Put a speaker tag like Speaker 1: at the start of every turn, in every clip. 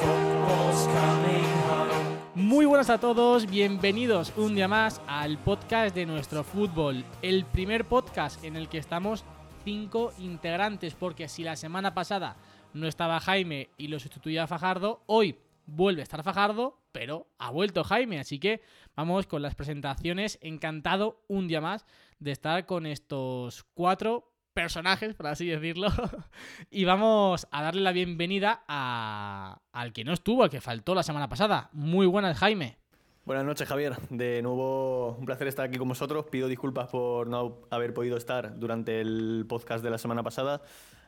Speaker 1: football's coming home.
Speaker 2: Muy buenas a todos, bienvenidos un día más al podcast de nuestro fútbol, el primer podcast en el que estamos cinco integrantes, porque si la semana pasada no estaba Jaime y lo sustituía Fajardo, hoy vuelve a estar Fajardo, pero ha vuelto Jaime, así que vamos con las presentaciones, encantado un día más de estar con estos cuatro personajes, por así decirlo, y vamos a darle la bienvenida a... al que no estuvo, al que faltó la semana pasada. Muy buenas, Jaime.
Speaker 3: Buenas noches, Javier. De nuevo, un placer estar aquí con vosotros. Pido disculpas por no haber podido estar durante el podcast de la semana pasada.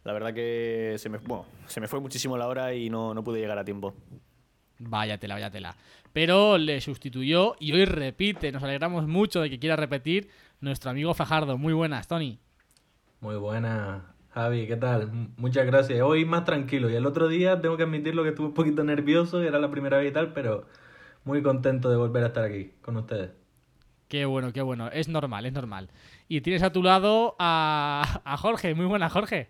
Speaker 3: La verdad que se me, bueno, se me fue muchísimo la hora y no, no pude llegar a tiempo.
Speaker 2: Vaya tela, vaya tela. Pero le sustituyó y hoy repite. Nos alegramos mucho de que quiera repetir nuestro amigo Fajardo. Muy buenas, Tony.
Speaker 4: Muy buena, Javi, ¿qué tal? M- Muchas gracias. Hoy más tranquilo. Y el otro día tengo que admitirlo que estuve un poquito nervioso, era la primera vez y tal, pero muy contento de volver a estar aquí con ustedes.
Speaker 2: Qué bueno, qué bueno. Es normal, es normal. Y tienes a tu lado a, a Jorge. Muy buenas, Jorge.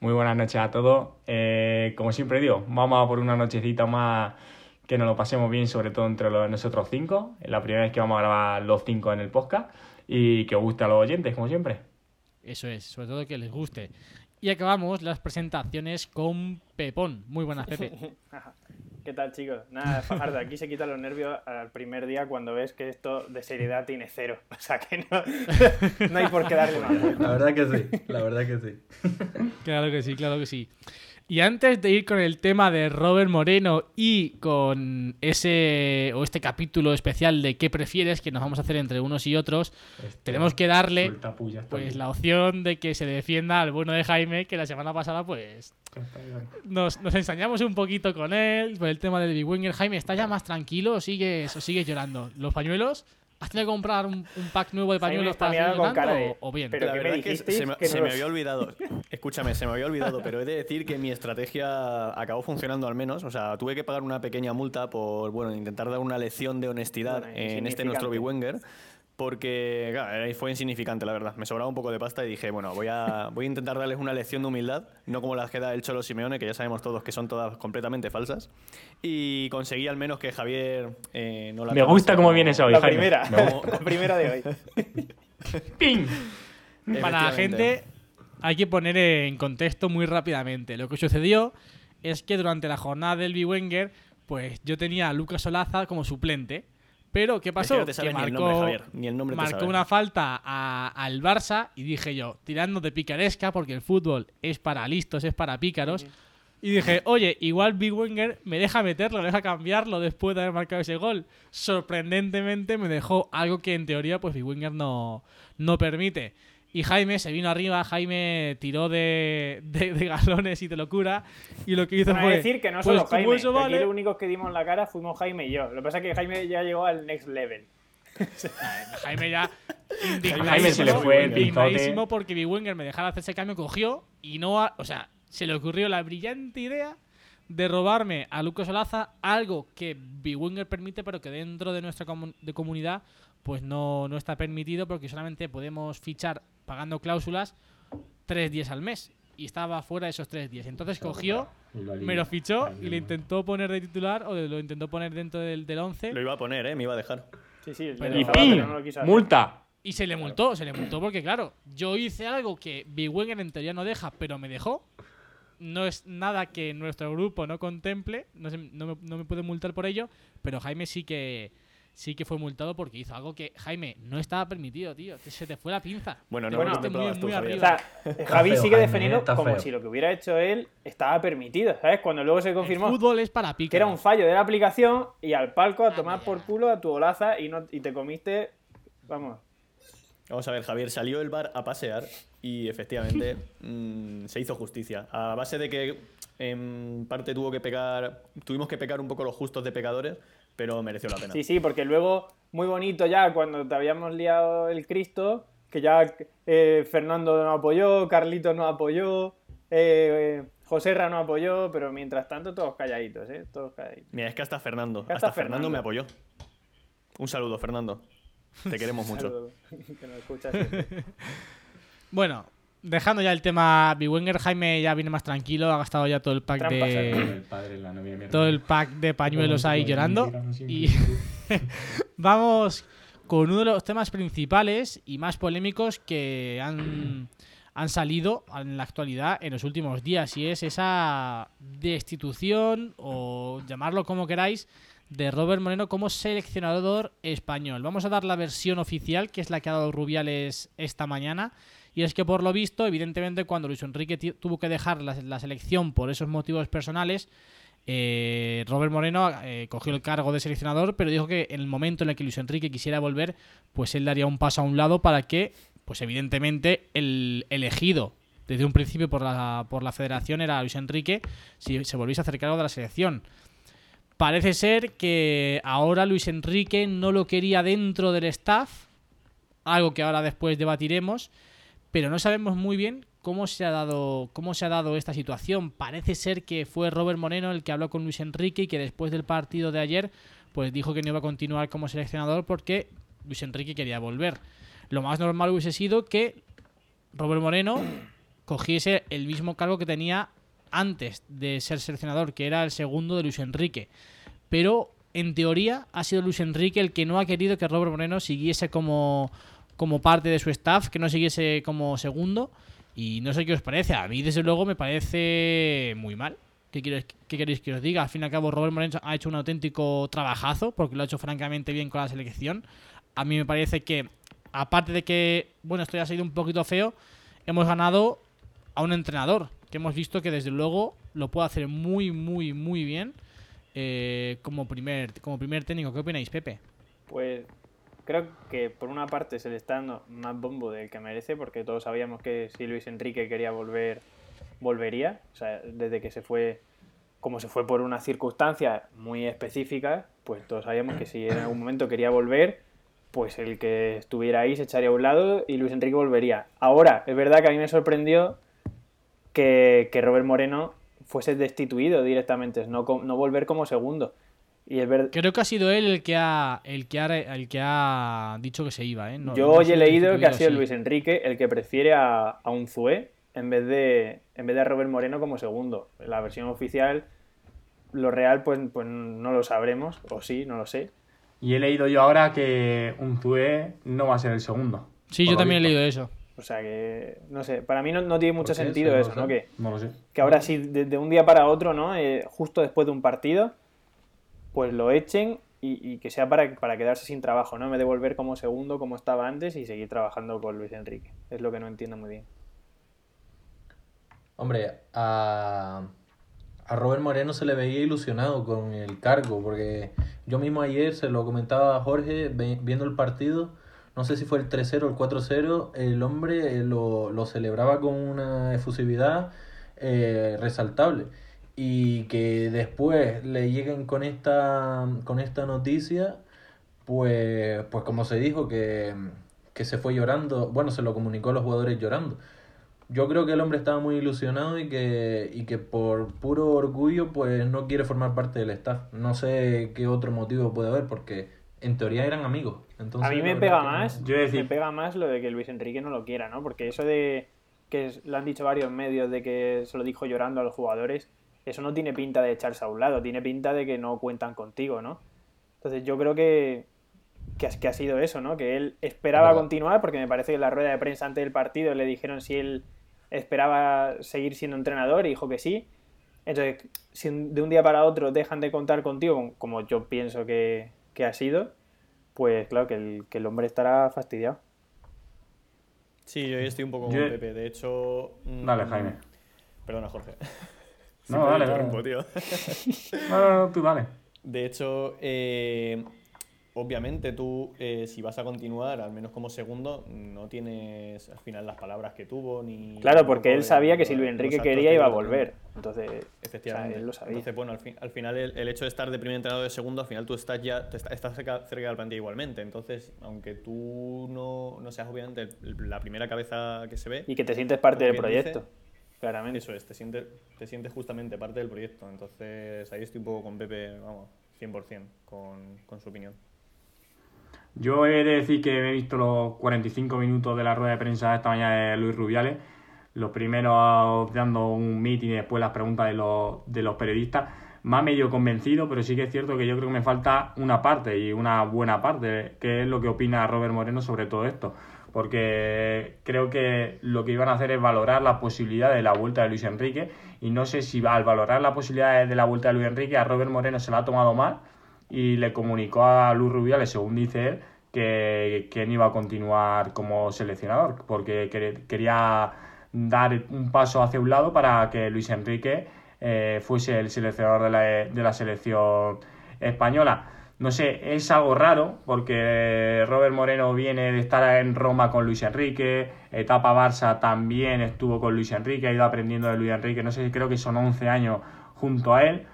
Speaker 5: Muy buenas noches a todos. Eh, como siempre digo, vamos a por una nochecita más que nos lo pasemos bien, sobre todo entre los- nosotros cinco. Es la primera vez que vamos a grabar los cinco en el podcast y que os guste a los oyentes, como siempre.
Speaker 2: Eso es, sobre todo que les guste. Y acabamos las presentaciones con Pepón. Muy buenas, Pepe.
Speaker 6: Ajá. ¿Qué tal, chicos? Nada, Fajardo, aquí se quitan los nervios al primer día cuando ves que esto de seriedad tiene cero. O sea que no, no hay por qué darle más vueltas.
Speaker 4: La verdad que sí, la verdad que sí.
Speaker 2: Claro que sí, claro que sí. Y antes de ir con el tema de Robert Moreno y con ese o este capítulo especial de qué prefieres que nos vamos a hacer entre unos y otros, Este, tenemos que darle
Speaker 5: Suelta puya, está
Speaker 2: pues
Speaker 5: bien.
Speaker 2: la opción de que se defienda al bueno de Jaime, que la semana pasada pues nos, nos ensañamos un poquito con él, por el tema del Big Winger. Jaime, ¿estás ya más tranquilo o sigues, o sigues llorando? ¿Los pañuelos? ¿Has tenido que comprar un, un pack nuevo de
Speaker 6: Jaime
Speaker 2: pañuelos
Speaker 6: está
Speaker 2: para seguir
Speaker 6: mirando con
Speaker 2: llorando
Speaker 6: cara de-
Speaker 2: o, o bien?
Speaker 6: pero-
Speaker 3: la
Speaker 6: ¿qué me
Speaker 3: verdad es que
Speaker 6: dijisteis?
Speaker 3: se, me,
Speaker 6: Que
Speaker 3: se
Speaker 6: no
Speaker 3: me
Speaker 6: lo
Speaker 3: había
Speaker 6: sé.
Speaker 3: olvidado. Escúchame, se me había olvidado, pero he de decir que mi estrategia acabó funcionando al menos. O sea, tuve que pagar una pequeña multa por, bueno, intentar dar una lección de honestidad
Speaker 6: Bueno,
Speaker 3: en este nuestro
Speaker 6: insignificante.
Speaker 3: Big Wenger. Porque claro, eh, fue insignificante, la verdad. Me sobraba un poco de pasta y dije, bueno, voy a, voy a intentar darles una lección de humildad, no como las que da el Cholo Simeone, que ya sabemos todos que son todas completamente falsas. Y conseguí al menos que Javier eh, no la
Speaker 5: Me gusta
Speaker 3: tomase
Speaker 5: cómo vienes hoy,
Speaker 6: La
Speaker 5: Jaime.
Speaker 6: primera,
Speaker 5: Me gusta.
Speaker 6: la primera de hoy.
Speaker 5: ¡Ping!
Speaker 2: Para la
Speaker 3: Efectivamente.
Speaker 2: gente hay que poner en contexto muy rápidamente. Lo que sucedió es que durante la jornada del Big Wenger, pues yo tenía a Lucas Olaza como suplente. Pero, ¿qué pasó?
Speaker 3: no te sabe ni el nombre, Javier, ni el nombre te
Speaker 2: marcó
Speaker 3: sabe.
Speaker 2: una falta a- al Barça y dije yo, tirando de picaresca, porque el fútbol es para listos, es para pícaros. Y dije, oye, igual Big Wenger me deja meterlo, me deja cambiarlo después de haber marcado ese gol. Sorprendentemente me dejó algo que en teoría pues Big Wenger no, no permite. Y Jaime se vino arriba, Jaime tiró de, de, de galones y de locura. Y lo que hizo
Speaker 6: Para
Speaker 2: fue...
Speaker 6: decir que no
Speaker 2: pues
Speaker 6: solo
Speaker 2: como
Speaker 6: Jaime,
Speaker 2: eso
Speaker 6: que
Speaker 2: vale,
Speaker 6: aquí los únicos que dimos la cara fuimos Jaime y yo. Lo que pasa es que Jaime ya llegó al next level.
Speaker 2: Jaime ya indignadísimo,
Speaker 5: Jaime se le fue el
Speaker 2: indignadísimo
Speaker 5: pinzote.
Speaker 2: porque Big Wenger me dejara hacer ese cambio, cogió y no, ha- o sea, se le ocurrió la brillante idea de robarme a Lucas Olaza algo que Big Wenger permite, pero que dentro de nuestra comu- de comunidad pues no, no está permitido porque solamente podemos fichar pagando cláusulas tres días al mes y estaba fuera de esos tres días. Entonces cogió, me lo fichó y le intentó poner de titular o lo intentó poner dentro del, del once.
Speaker 3: Lo iba a poner, ¿eh? Me iba a dejar.
Speaker 6: Sí, sí, el
Speaker 2: Pero-
Speaker 6: de
Speaker 5: Y
Speaker 6: Fajardo,
Speaker 5: ¡ping!
Speaker 6: pero no lo quiso hacer.
Speaker 5: ¡Multa!
Speaker 2: Y se le multó, se le multó porque, claro, yo hice algo que Big Wenger en teoría no deja, pero me dejó. No es nada que nuestro grupo no contemple, no, se- no me, no me puede multar por ello, pero Jaime sí que sí que fue multado porque hizo algo que, Jaime, no estaba permitido, tío. te- Se te fue la pinza.
Speaker 3: Bueno,
Speaker 2: Te
Speaker 3: no,
Speaker 6: no
Speaker 2: fuiste
Speaker 3: te probas tú, Javier.
Speaker 6: O sea, Javi
Speaker 4: feo,
Speaker 6: sigue
Speaker 4: Jaime,
Speaker 6: defendiendo
Speaker 4: está
Speaker 6: como
Speaker 4: feo.
Speaker 6: si lo que hubiera hecho él estaba permitido, ¿sabes? Cuando luego se
Speaker 2: el
Speaker 6: confirmó
Speaker 2: fútbol es para pico.
Speaker 6: que era un fallo de la aplicación y al palco a tomar
Speaker 2: mira.
Speaker 6: por culo a tu olaza y, no, y te comiste, vamos,
Speaker 3: Vamos a ver, Javier, salió el bar a pasear y efectivamente mm, se hizo justicia. A base de que en parte tuvo que pecar, tuvimos que pecar un poco los justos de pecadores, pero mereció la pena.
Speaker 6: Sí, sí, porque luego, muy bonito ya, cuando te habíamos liado el Cristo, que ya eh, Fernando no apoyó, Carlitos no apoyó, eh, José no apoyó, pero mientras tanto todos calladitos, ¿eh? Todos calladitos.
Speaker 3: Mira, es que hasta Fernando,
Speaker 6: Hasta
Speaker 3: hasta, Fernando.
Speaker 6: Fernando.
Speaker 3: me apoyó. Un saludo, Fernando. Te queremos mucho.
Speaker 6: Saludos, que nos escuchas siempre.
Speaker 2: Bueno, dejando ya el tema Biwenger, Jaime ya viene más tranquilo, ha gastado ya todo el pack
Speaker 6: Trampas,
Speaker 2: de.
Speaker 6: ¿eh?
Speaker 4: El padre, la novia, mi
Speaker 2: todo
Speaker 4: hermano.
Speaker 2: el pack de pañuelos ahí
Speaker 5: Bueno,
Speaker 2: llorando.
Speaker 5: mentira, no siempre.
Speaker 2: Y vamos con uno de los temas principales y más polémicos que han, han salido en la actualidad en los últimos días. Y es esa destitución, o llamarlo como queráis, de Robert Moreno como seleccionador español. Vamos a dar la versión oficial, que es la que ha dado Rubiales esta mañana. Y es que por lo visto, evidentemente, cuando Luis Enrique ti- tuvo que dejar la, la selección por esos motivos personales, eh, Robert Moreno eh, cogió el cargo de seleccionador, pero dijo que en el momento en el que Luis Enrique quisiera volver, pues él daría un paso a un lado para que, pues evidentemente, el elegido desde un principio por la, por la federación era Luis Enrique, si se volviese a hacer cargo de la selección. Parece ser que ahora Luis Enrique no lo quería dentro del staff, algo que ahora después debatiremos, pero no sabemos muy bien cómo se ha dado cómo se ha dado esta situación. Parece ser que fue Robert Moreno el que habló con Luis Enrique y que después del partido de ayer pues dijo que no iba a continuar como seleccionador porque Luis Enrique quería volver. Lo más normal hubiese sido que Robert Moreno cogiese el mismo cargo que tenía antes de ser seleccionador, que era el segundo de Luis Enrique. Pero en teoría ha sido Luis Enrique el que no ha querido que Robert Moreno siguiese como, como parte de su staff, que no siguiese como segundo. Y no sé qué os parece. A mí, desde luego, me parece muy mal. ¿Qué, quiero- qué queréis que os diga? Al fin y al cabo, Robert Moreno ha hecho un auténtico trabajazo, porque lo ha hecho francamente bien con la selección. A mí me parece que, aparte de que, bueno, esto ya ha sido un poquito feo, hemos ganado a un entrenador que hemos visto que, desde luego, lo puede hacer muy, muy, muy bien eh, como, primer, como primer técnico. ¿Qué opináis, Pepe?
Speaker 6: Pues creo que por una parte se le está dando más bombo del que merece, porque todos sabíamos que si Luis Enrique quería volver, volvería. O sea, desde que se fue, como se fue por unas circunstancias muy específicas, pues todos sabíamos que si en algún momento quería volver, pues el que estuviera ahí se echaría a un lado y Luis Enrique volvería. Ahora, es verdad que a mí me sorprendió que, que Robert Moreno fuese destituido directamente, no, co- no volver como segundo. Y es verdad.
Speaker 2: Creo que ha sido él el que ha, el que ha, el que ha dicho que se iba, ¿eh? No-
Speaker 6: Yo
Speaker 2: no
Speaker 6: hoy
Speaker 2: sé
Speaker 6: he
Speaker 2: si
Speaker 6: leído que ha sido
Speaker 2: sí.
Speaker 6: Luis Enrique el que prefiere a, a un Zue en vez, de, en vez de a Robert Moreno como segundo. La versión oficial, lo real, pues, pues no lo sabremos, o sí, no lo sé.
Speaker 5: Y he leído yo ahora que Unzue no va a ser el segundo.
Speaker 2: Sí,
Speaker 5: por
Speaker 2: yo
Speaker 5: lo
Speaker 2: también he
Speaker 5: visto.
Speaker 2: leído eso.
Speaker 6: O sea que, no sé, para mí no, no tiene mucho
Speaker 4: ¿Por qué?
Speaker 6: sentido
Speaker 4: Sí,
Speaker 6: eso,
Speaker 4: no
Speaker 6: ¿no?
Speaker 4: lo sé.
Speaker 6: Que,
Speaker 5: No lo sé.
Speaker 6: que ahora sí, de, de un día para otro, ¿no? Eh, justo después de un partido, pues lo echen y, y que sea para, para quedarse sin trabajo, ¿no? Me devolver como segundo como estaba antes y seguir trabajando con Luis Enrique. Es lo que no entiendo muy bien.
Speaker 4: Hombre, a, a Robert Moreno se le veía ilusionado con el cargo, porque yo mismo ayer se lo comentaba a Jorge ve- viendo el partido, no sé si fue el 3-0 o el 4-0, el hombre eh, lo, lo celebraba con una efusividad eh, resaltable. Y que después le lleguen con esta, con esta noticia, pues, pues como se dijo, que, que se fue llorando, bueno, se lo comunicó a los jugadores llorando. Yo creo que el hombre estaba muy ilusionado y que, y que por puro orgullo pues no quiere formar parte del staff. No sé qué otro motivo puede haber porque en teoría eran amigos. Entonces,
Speaker 6: a mí
Speaker 4: la
Speaker 6: me
Speaker 4: verdad
Speaker 6: pega
Speaker 4: que no-
Speaker 6: más
Speaker 5: Yo decir-
Speaker 6: me pega más lo de que Luis Enrique no lo quiera no porque eso de que es- lo han dicho varios medios de que se lo dijo llorando a los jugadores eso no tiene pinta de echarse a un lado tiene pinta de que no cuentan contigo no entonces yo creo que que, ha- que ha sido eso no que él esperaba
Speaker 4: Verdad.
Speaker 6: continuar porque me parece que en la rueda de prensa antes del partido le dijeron si él esperaba seguir siendo entrenador y dijo que sí entonces, si un- de un día para otro dejan de contar contigo, como yo pienso que, que ha sido, pues claro que el, que el hombre estará fastidiado.
Speaker 3: Sí, yo ahí estoy un poco con
Speaker 5: Yo-
Speaker 3: Pepe. De hecho. mm,
Speaker 5: Dale, Jaime.
Speaker 3: Perdona, Jorge.
Speaker 5: No,
Speaker 3: Siempre
Speaker 5: dale,
Speaker 3: te interrumpo,
Speaker 5: dale.
Speaker 3: tío.
Speaker 5: No, no, no, tú dale.
Speaker 3: De hecho, eh, obviamente tú, eh, si vas a continuar, al menos como segundo, no tienes al final las palabras que tuvo ni...
Speaker 6: Claro,
Speaker 3: tampoco
Speaker 6: porque él
Speaker 3: de-
Speaker 6: sabía que
Speaker 3: los
Speaker 6: Silvio
Speaker 3: actos
Speaker 6: Enrique
Speaker 3: que
Speaker 6: quería iba a
Speaker 3: tuvo.
Speaker 6: volver. Entonces,
Speaker 3: Efectivamente.
Speaker 6: o sea, él lo sabía.
Speaker 3: Entonces, bueno, al, fin- al final el, el hecho de estar de primer entrenador de segundo, al final tú estás ya te está- estás cerca, cerca del plantilla igualmente. Entonces, aunque tú no, no seas obviamente el- la primera cabeza que se ve,
Speaker 6: y que te sientes
Speaker 3: como
Speaker 6: parte del
Speaker 3: bien dice,
Speaker 6: proyecto. Claramente.
Speaker 3: eso es, te sientes, te sientes justamente parte del proyecto. Entonces, ahí estoy un poco con Pepe, vamos, 100% con, con su opinión.
Speaker 5: Yo he de decir que he visto los 45 minutos de la rueda de prensa esta mañana de Luis Rubiales. Los primeros dando un meeting y después las preguntas de los, de los periodistas. Más medio convencido, pero sí que es cierto que yo creo que me falta una parte y una buena parte, que es lo que opina Robert Moreno sobre todo esto. Porque creo que lo que iban a hacer es valorar la posibilidad de la vuelta de Luis Enrique. Y no sé si al valorar la posibilidad de la vuelta de Luis Enrique a Robert Moreno se la ha tomado mal y le comunicó a Luis Rubiales, según dice él, que, que él iba a continuar como seleccionador, porque quer- quería dar un paso hacia un lado para que Luis Enrique eh, fuese el seleccionador de la, de la selección española. No sé, es algo raro porque Robert Moreno viene de estar en Roma con Luis Enrique, etapa Barça también estuvo con Luis Enrique, ha ido aprendiendo de Luis Enrique, no sé, creo que son 11 años junto a él.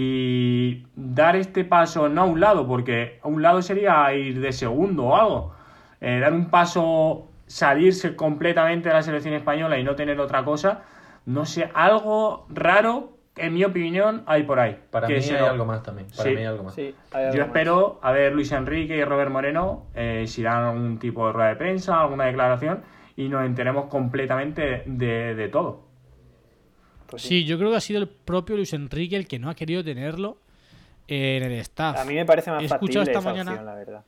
Speaker 5: Y dar este paso, no a un lado, porque a un lado sería ir de segundo o algo. Eh, dar un paso, salirse completamente de la selección española y no tener otra cosa, no sé, algo raro, en mi opinión, hay por ahí.
Speaker 4: Para
Speaker 5: Que
Speaker 4: mí
Speaker 5: se
Speaker 4: hay
Speaker 5: lo-
Speaker 4: algo más también. Para
Speaker 5: Sí.
Speaker 4: mí hay algo más.
Speaker 6: Sí, hay algo
Speaker 5: yo
Speaker 6: más.
Speaker 5: espero a ver Luis Enrique y Robert Moreno eh, si dan algún tipo de rueda de prensa, alguna declaración y nos enteremos completamente de, de todo.
Speaker 6: Pues sí.
Speaker 2: Sí, yo creo que ha sido el propio Luis Enrique el que no ha querido tenerlo eh, en el staff.
Speaker 6: A mí me parece más
Speaker 2: He escuchado
Speaker 6: factible esta
Speaker 2: esta
Speaker 6: mañana...
Speaker 2: mañana-
Speaker 6: la verdad.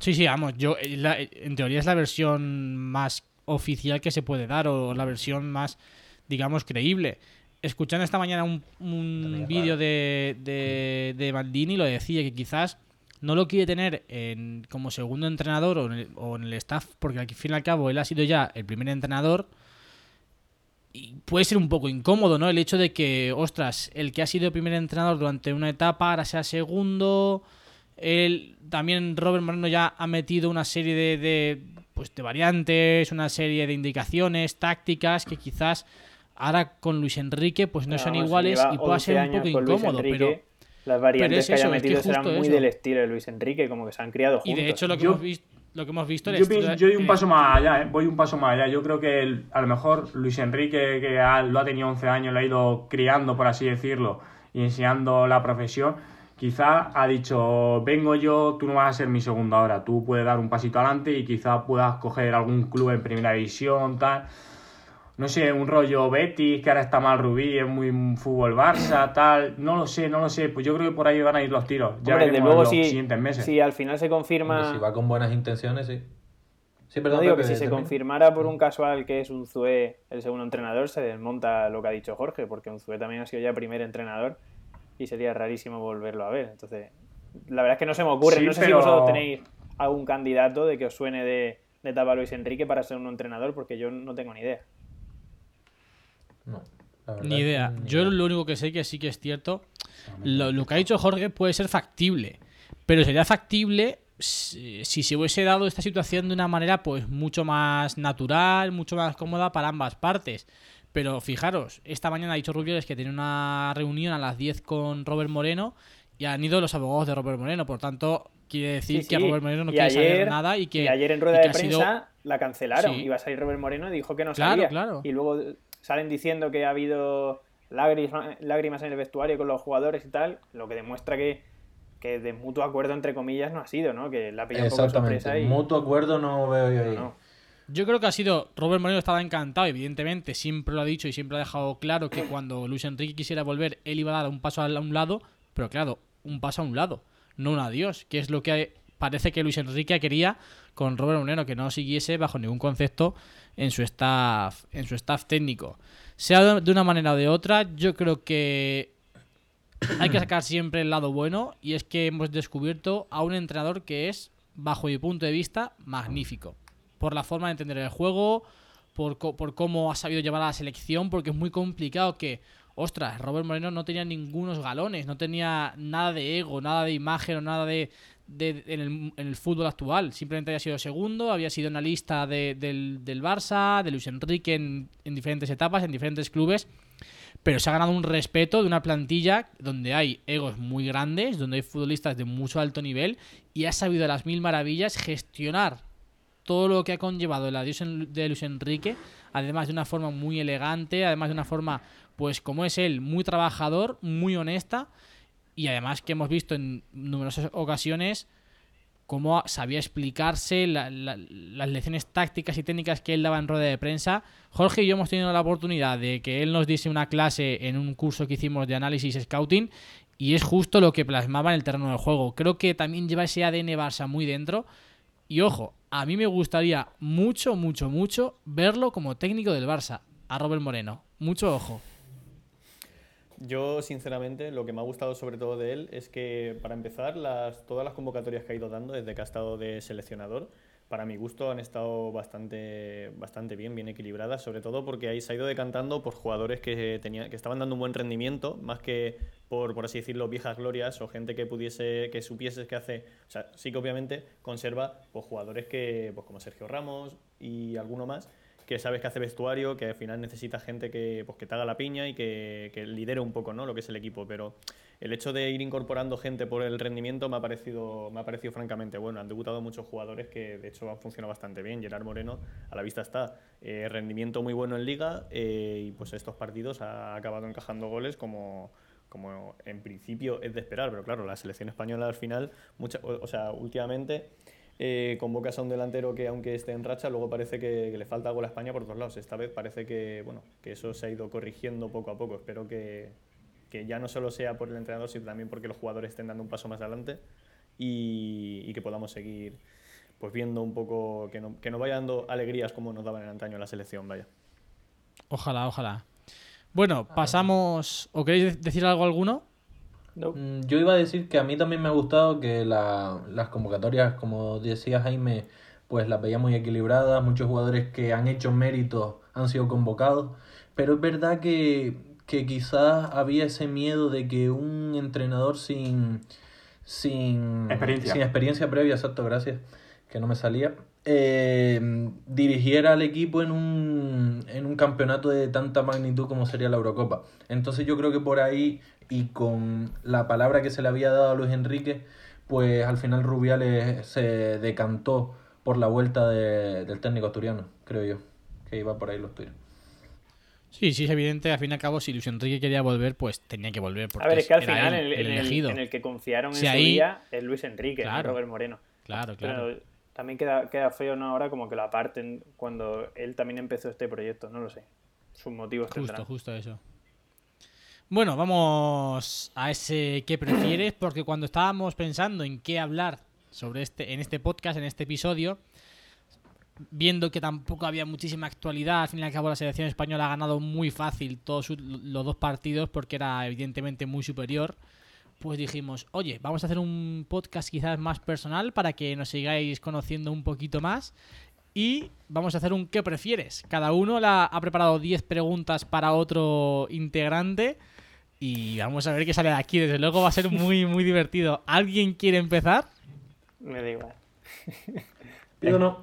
Speaker 2: Sí, sí, vamos, yo eh, la- eh, en teoría es la versión más oficial que se puede dar o la versión más, digamos, creíble. Escuchando esta mañana un, un vídeo de, de, de Maldini lo decía que quizás no lo quiere tener en- como segundo entrenador o en, el, o en el staff porque al fin y al cabo él ha sido ya el primer entrenador y puede ser un poco incómodo, ¿no? El hecho de que, ostras, el que ha sido primer entrenador durante una etapa ahora sea segundo. Él, también Robert Moreno ya ha metido una serie de, de, pues, de variantes, una serie de indicaciones, tácticas que quizás ahora con Luis Enrique pues no
Speaker 6: Pero
Speaker 2: son
Speaker 6: vamos,
Speaker 2: iguales
Speaker 6: lleva
Speaker 2: y pueda
Speaker 6: 11
Speaker 2: ser un
Speaker 6: años
Speaker 2: poco
Speaker 6: con Luis
Speaker 2: incómodo, pero...
Speaker 6: Enrique, Las variantes
Speaker 2: es
Speaker 6: que haya
Speaker 2: eso, es que
Speaker 6: metido serán
Speaker 2: justo
Speaker 6: muy
Speaker 2: eso.
Speaker 6: del estilo de Luis Enrique, como que se han criado juntos.
Speaker 2: Y de hecho lo que
Speaker 5: Yo-
Speaker 2: hemos visto... Lo que hemos visto el
Speaker 5: Yo,
Speaker 2: estilo-
Speaker 5: pienso- yo doy un
Speaker 2: eh,
Speaker 5: paso más allá, ¿eh? voy un paso más allá. Yo creo que el- a lo mejor Luis Enrique, que ha- lo ha tenido 11 años, lo ha ido criando, por así decirlo, y enseñando la profesión, quizá ha dicho, vengo yo, tú no vas a ser mi segundo ahora, tú puedes dar un pasito adelante y quizá puedas coger algún club en primera división, tal. No sé, un rollo Betis, que ahora está mal Rubí, es muy un fútbol Barça, tal. No lo sé, no lo sé. Pues yo creo que por ahí van a ir los tiros. Ya
Speaker 6: Hombre, de
Speaker 5: veremos en
Speaker 6: luego
Speaker 5: los
Speaker 6: si,
Speaker 5: siguientes meses.
Speaker 6: si al final se confirma...
Speaker 4: Hombre, Si va con buenas intenciones, sí. Sí, perdón,
Speaker 6: No digo
Speaker 4: Pepe,
Speaker 6: que si se
Speaker 4: termina.
Speaker 6: confirmara por un casual que es un Zue el segundo entrenador, se desmonta lo que ha dicho Jorge, porque un Zue también ha sido ya primer entrenador y sería rarísimo volverlo a ver. Entonces, la verdad es que no se me ocurre.
Speaker 5: Sí,
Speaker 6: no sé
Speaker 5: pero-
Speaker 6: si vosotros tenéis algún candidato de que os suene de, de etapa Luis Enrique para ser un entrenador, porque yo no tengo ni idea.
Speaker 4: No, la verdad
Speaker 2: Ni
Speaker 4: es que
Speaker 2: idea.
Speaker 4: ni
Speaker 2: Yo
Speaker 4: idea.
Speaker 2: lo único que sé que sí que es cierto, lo, lo que ha dicho Jorge puede ser factible, pero sería factible si, si se hubiese dado esta situación de una manera pues mucho más natural, mucho más cómoda para ambas partes. Pero fijaros, esta mañana ha dicho Rubiales que tiene una reunión a las 10 con Robert Moreno y han ido los abogados de Robert Moreno, por tanto quiere decir
Speaker 6: Sí,
Speaker 2: que a
Speaker 6: sí.
Speaker 2: Robert Moreno no
Speaker 6: Y
Speaker 2: quiere
Speaker 6: ayer-
Speaker 2: saber nada y que
Speaker 6: y ayer en
Speaker 2: y
Speaker 6: rueda
Speaker 2: que
Speaker 6: de
Speaker 2: ha sido-
Speaker 6: prensa la cancelaron.
Speaker 2: Sí.
Speaker 6: Iba a salir Robert Moreno, dijo que no
Speaker 2: Claro,
Speaker 6: sabía.
Speaker 2: claro.
Speaker 6: Y luego eh, salen diciendo que ha habido lágrimas, lágrimas en el vestuario con los jugadores y tal, lo que demuestra que, que de mutuo acuerdo, entre comillas, no ha sido, ¿no? Que la ha pillado un poco de sorpresa
Speaker 4: Exactamente.
Speaker 6: y...
Speaker 4: Mutuo acuerdo no veo yo ahí.
Speaker 6: No.
Speaker 2: Yo creo que ha sido. Robert Moreno estaba encantado, evidentemente, siempre lo ha dicho y siempre ha dejado claro que cuando Luis Enrique quisiera volver, él iba a dar un paso a un lado, pero claro, un paso a un lado, no un adiós, que es lo que parece que Luis Enrique quería con Robert Moreno, que no siguiese bajo ningún concepto en su staff, en su staff técnico. Sea de- de una manera o de otra, yo creo que hay que sacar siempre el lado bueno y es que hemos descubierto a un entrenador que es, bajo mi punto de vista, magnífico. Por la forma de entender el juego, por, co- por cómo ha sabido llevar a la selección, porque es muy complicado que, ostras, Robert Moreno no tenía ningunos galones, no tenía nada de ego, nada de imagen o nada de, de- en, el, en el fútbol actual. Simplemente había sido segundo, había sido analista de- del, del Barça, de Luis Enrique en, en diferentes etapas, en diferentes clubes. Pero se ha ganado un respeto de una plantilla donde hay egos muy grandes, donde hay futbolistas de mucho alto nivel y ha sabido a las mil maravillas gestionar todo lo que ha conllevado el adiós en- de Luis Enrique, además de una forma muy elegante, además de una forma, pues como es él, muy trabajador, muy honesta, y además que hemos visto en numerosas ocasiones cómo a- sabía explicarse la- la- las lecciones tácticas y técnicas que él daba en rueda de prensa. Jorge y yo hemos tenido la oportunidad de que él nos diese una clase en un curso que hicimos de análisis scouting y es justo lo que plasmaba en el terreno del juego. Creo que también lleva ese ADN Barça muy dentro y ojo, a mí me gustaría mucho, mucho, mucho verlo como técnico del Barça, a Robert Moreno. Mucho ojo.
Speaker 3: Yo, sinceramente, lo que me ha gustado sobre todo de él es que, para empezar, las, todas las convocatorias que ha ido dando desde que ha estado de seleccionador, para mi gusto, han estado bastante, bastante bien, bien equilibradas, sobre todo porque ahí se ha ido decantando por jugadores que, tenía- que estaban dando un buen rendimiento, más que por, por así decirlo, viejas glorias o gente que pudiese, que supieses que hace. O sea, sí que obviamente conserva pues, jugadores que, pues, como Sergio Ramos y alguno más, que sabes que hace vestuario, que al final necesita gente que, pues, que te haga la piña y que, que lidere un poco ¿no? lo que es el equipo. Pero el hecho de ir incorporando gente por el rendimiento me ha parecido, me ha parecido francamente bueno. Han debutado muchos jugadores que de hecho han funcionado bastante bien. Gerard Moreno, a la vista está, eh, rendimiento muy bueno en liga eh, y pues estos partidos ha acabado encajando goles como, como en principio es de esperar, pero claro, la selección española al final, mucha, o, o sea, últimamente eh, convocas a un delantero que aunque esté en racha, luego parece que, que le falta algo a España por todos lados. Esta vez parece que, bueno, que eso se ha ido corrigiendo poco a poco. Espero que, que ya no solo sea por el entrenador, sino también porque los jugadores estén dando un paso más adelante y, y que podamos seguir pues viendo un poco, que, no- que nos vaya dando alegrías como nos daban en antaño la selección, vaya.
Speaker 2: Ojalá, ojalá. Bueno, pasamos. ¿O queréis de- decir algo alguno?
Speaker 6: No.
Speaker 4: Mm, Yo iba a decir que a mí también me ha gustado que la- las convocatorias, como decía Jaime, pues las veía muy equilibradas, muchos jugadores que han hecho méritos han sido convocados, pero es verdad que, que quizás había ese miedo de que un entrenador sin, sin,
Speaker 5: Experiencia.
Speaker 4: sin experiencia previa, exacto, gracias, que no me salía, eh, dirigiera al equipo en un, en un campeonato de tanta magnitud como sería la Eurocopa. Entonces yo creo que por ahí, y con la palabra que se le había dado a Luis Enrique, pues al final Rubiales se decantó por la vuelta de- del técnico asturiano, creo yo, que iba por ahí los tiros.
Speaker 2: Sí, sí, es evidente. Al fin y al cabo, si Luis Enrique quería volver, pues tenía que volver. Porque
Speaker 6: A ver, es que al
Speaker 2: era
Speaker 6: final
Speaker 2: él
Speaker 6: en el,
Speaker 2: el
Speaker 6: en el-
Speaker 2: elegido.
Speaker 6: en el que confiaron
Speaker 2: Si
Speaker 6: en su
Speaker 2: ahí-
Speaker 6: día es Luis Enrique, no
Speaker 2: Claro.
Speaker 6: Robert Moreno.
Speaker 2: Claro, claro.
Speaker 6: Pero también queda, queda feo, ¿no? Ahora como que lo aparten cuando él también empezó este proyecto, no lo sé. Sus motivos
Speaker 2: Justo,
Speaker 6: tendrán.
Speaker 2: justo eso. Bueno, vamos a ese que prefieres, porque cuando estábamos pensando en qué hablar sobre este, en este podcast, en este episodio, viendo que tampoco había muchísima actualidad, al fin y al cabo la selección española ha ganado muy fácil todos sus- los dos partidos porque era evidentemente muy superior, pues dijimos, oye, vamos a hacer un podcast quizás más personal para que nos sigáis conociendo un poquito más y vamos a hacer un ¿qué prefieres? Cada uno la, ha preparado 10 preguntas para otro integrante y vamos a ver qué sale de aquí. Desde luego va a ser muy, muy divertido. ¿Alguien quiere empezar?
Speaker 6: Me da igual.
Speaker 4: Yo no.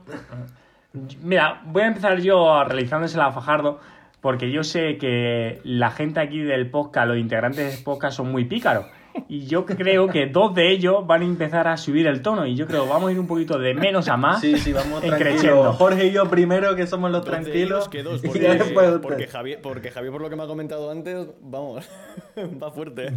Speaker 5: Mira, voy a empezar yo realizándosela a Fajardo, porque yo sé que la gente aquí del podcast, los integrantes del podcast son muy pícaros. Y yo creo que dos de ellos van a empezar a subir el tono. Y yo creo que vamos a ir un poquito de menos a
Speaker 3: Ah,
Speaker 5: más.
Speaker 4: Sí, sí, vamos
Speaker 5: en
Speaker 4: tranquilos.
Speaker 5: crescendo.
Speaker 4: Jorge y yo primero, que somos los
Speaker 3: Dos de ellos
Speaker 4: tranquilos.
Speaker 3: que dos,
Speaker 4: y
Speaker 3: porque,
Speaker 4: ya después usted.
Speaker 3: porque Javier, porque Javier, por lo que me ha comentado antes, vamos, va fuerte.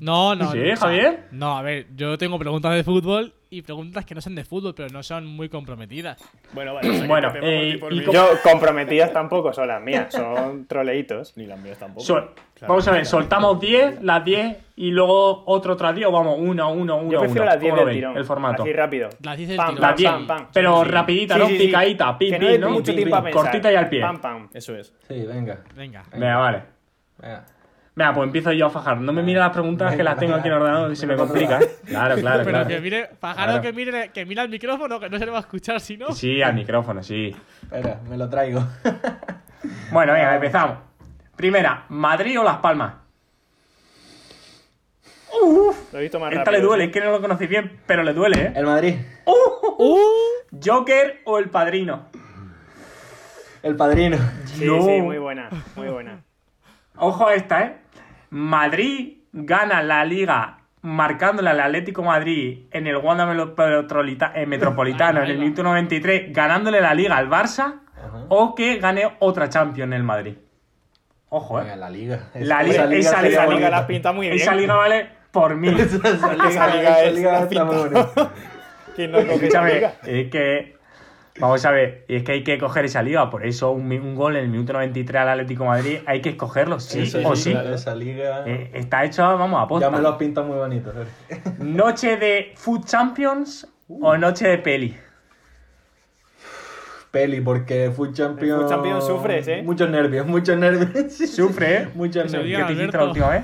Speaker 2: No, no.
Speaker 5: ¿Sí,
Speaker 2: no, o sea,
Speaker 5: Javier?
Speaker 2: No, a ver, yo tengo preguntas de fútbol y preguntas que no son de fútbol, pero no son muy comprometidas.
Speaker 3: Bueno, vale, o sea que
Speaker 5: Bueno,
Speaker 3: Pepe va por
Speaker 5: eh,
Speaker 3: ti, por
Speaker 5: y
Speaker 3: mí.
Speaker 5: ¿Cómo?
Speaker 6: Yo, comprometidas tampoco son las mías, son troleitos.
Speaker 3: Ni las mías tampoco.
Speaker 5: Sol-
Speaker 3: Claro.
Speaker 5: vamos a ver, soltamos 10, las 10 y luego otro tras 10. o Vamos, uno, uno, uno.
Speaker 6: Yo prefiero
Speaker 5: uno.
Speaker 6: las 10
Speaker 5: ¿Cómo lo
Speaker 6: del
Speaker 5: veis,
Speaker 6: tirón.
Speaker 5: El formato.
Speaker 6: Así rápido.
Speaker 2: Las 10 del
Speaker 6: Pam,
Speaker 2: tirón.
Speaker 6: pam,
Speaker 5: Las 10,
Speaker 6: pam, pam.
Speaker 5: pero
Speaker 6: Sí, sí.
Speaker 5: rapidita,
Speaker 6: Sí,
Speaker 5: ¿no?
Speaker 6: sí, sí.
Speaker 5: Picadita, pim,
Speaker 6: Que no
Speaker 5: pim,
Speaker 6: dé
Speaker 5: ¿no?
Speaker 6: mucho
Speaker 5: Pim,
Speaker 6: tiempo
Speaker 5: pim.
Speaker 6: a pensar.
Speaker 5: Cortita y al pie.
Speaker 6: Pam, pam.
Speaker 3: Eso es.
Speaker 4: Sí, venga.
Speaker 2: Venga.
Speaker 5: Venga, vale.
Speaker 4: venga.
Speaker 5: Mira, pues empiezo yo a fajar. No me mire las preguntas que las tengo aquí en el ordenador, que se me complica. ¿eh? Claro, claro,
Speaker 2: Pero que
Speaker 5: claro.
Speaker 2: mire, Fajardo
Speaker 5: Claro.
Speaker 2: que mire, que mira el micrófono, que no se le va a escuchar si no.
Speaker 5: Sí, al micrófono, sí.
Speaker 4: Espera, me lo traigo.
Speaker 5: Bueno, venga, empezamos. Primera, ¿Madrid o Las Palmas?
Speaker 6: Lo he visto más
Speaker 5: Esta
Speaker 6: rápido.
Speaker 5: le duele, es que no lo conocí bien, pero le duele, ¿eh?
Speaker 4: El Madrid.
Speaker 5: ¿Joker o el padrino?
Speaker 4: El padrino.
Speaker 6: Sí,
Speaker 5: No.
Speaker 6: sí, muy buena, muy buena.
Speaker 5: Ojo a esta, ¿eh? Madrid gana la liga marcándole al Atlético Madrid en el Wanda Melo- Petrolita- eh, Metropolitano en el minuto 93, ganándole la liga al Barça, o que gane otra Champions en el Madrid. Ojo,
Speaker 4: Venga,
Speaker 5: ¿eh?
Speaker 4: la liga.
Speaker 5: La liga- esa
Speaker 4: sería
Speaker 5: liga-
Speaker 6: Esa
Speaker 4: bonita.
Speaker 6: liga la has pintado muy bien.
Speaker 5: Esa liga vale por mil.
Speaker 4: Esa liga,
Speaker 6: Esa liga
Speaker 4: esa
Speaker 6: es
Speaker 4: liga
Speaker 6: la
Speaker 4: está muy
Speaker 6: pinta.
Speaker 4: bonita.
Speaker 6: ¿Quién no coge esa
Speaker 5: Escúchame,
Speaker 6: liga?
Speaker 5: es que. Vamos a ver, y es que hay que coger esa liga, por eso un, mi- un gol en el minuto 93 al Atlético de Madrid hay que escogerlo, sí
Speaker 4: Esa liga-
Speaker 5: o sí.
Speaker 4: Esa liga.
Speaker 5: Eh, está hecho, vamos, a
Speaker 4: Ya
Speaker 5: posta.
Speaker 4: me lo has pintado muy bonito. Jorge.
Speaker 5: ¿Noche de Food Champions o noche de peli?
Speaker 4: Peli, porque Food Champions.
Speaker 6: Food Champions sufres, ¿eh?
Speaker 4: Muchos nervios, muchos nervios.
Speaker 5: Sufre, ¿eh?
Speaker 4: Muchos
Speaker 2: se lo
Speaker 5: ¿Qué
Speaker 4: nervios.
Speaker 2: diga.
Speaker 5: te hiciste
Speaker 2: Alberto.
Speaker 5: la última vez?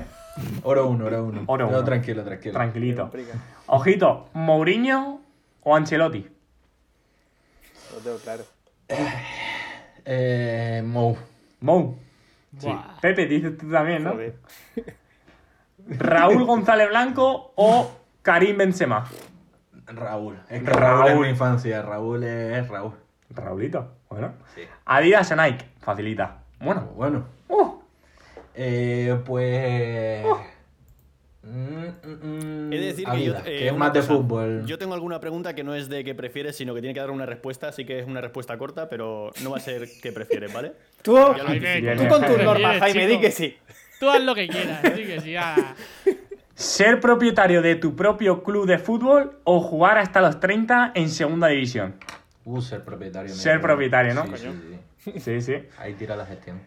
Speaker 4: Oro uno, oro uno.
Speaker 5: Oro
Speaker 4: No,
Speaker 5: uno.
Speaker 4: tranquilo, tranquilo.
Speaker 5: Tranquilito.
Speaker 6: Complica.
Speaker 5: Ojito, ¿Mourinho o Ancelotti?
Speaker 6: Lo tengo claro.
Speaker 4: Eh, Mou.
Speaker 5: Mou.
Speaker 2: Buah.
Speaker 5: Pepe, dices tú también, ¿no?
Speaker 6: Joder.
Speaker 5: Raúl González Blanco o Karim Benzema.
Speaker 4: Raúl. Es que Raúl es
Speaker 5: Raúl.
Speaker 4: mi infancia. Raúl es Raúl.
Speaker 5: Raulito, bueno. Adidas o Nike, facilita. Bueno.
Speaker 4: Bueno.
Speaker 5: Uh,
Speaker 4: Eh, pues.
Speaker 5: Oh.
Speaker 4: Mm, mm, mm,
Speaker 3: He de decir que, yo,
Speaker 4: Adidas,
Speaker 3: eh,
Speaker 4: que es
Speaker 3: una
Speaker 4: más de
Speaker 3: cosa,
Speaker 4: fútbol.
Speaker 3: Yo tengo alguna pregunta que no es de qué prefieres, sino que tiene que dar una respuesta, así que es una respuesta corta, pero no va a ser qué prefieres, ¿vale?
Speaker 6: Tú,
Speaker 3: Ya lo
Speaker 2: Jaime,
Speaker 3: anticipo.
Speaker 5: bien,
Speaker 6: tú
Speaker 5: bien.
Speaker 6: con tus
Speaker 5: Bien,
Speaker 6: normas,
Speaker 2: chico.
Speaker 6: Jaime, di que sí.
Speaker 2: Tú haz lo que quieras, sí que sí, ya.
Speaker 5: ¿Ser propietario de tu propio club de fútbol o jugar hasta los 30 en segunda división?
Speaker 4: Uh, ser propietario. me
Speaker 5: Ser
Speaker 4: acuerdo.
Speaker 5: propietario, ¿no?
Speaker 4: Sí, sí, sí.
Speaker 5: Sí, sí.
Speaker 4: Ahí tira la gestión.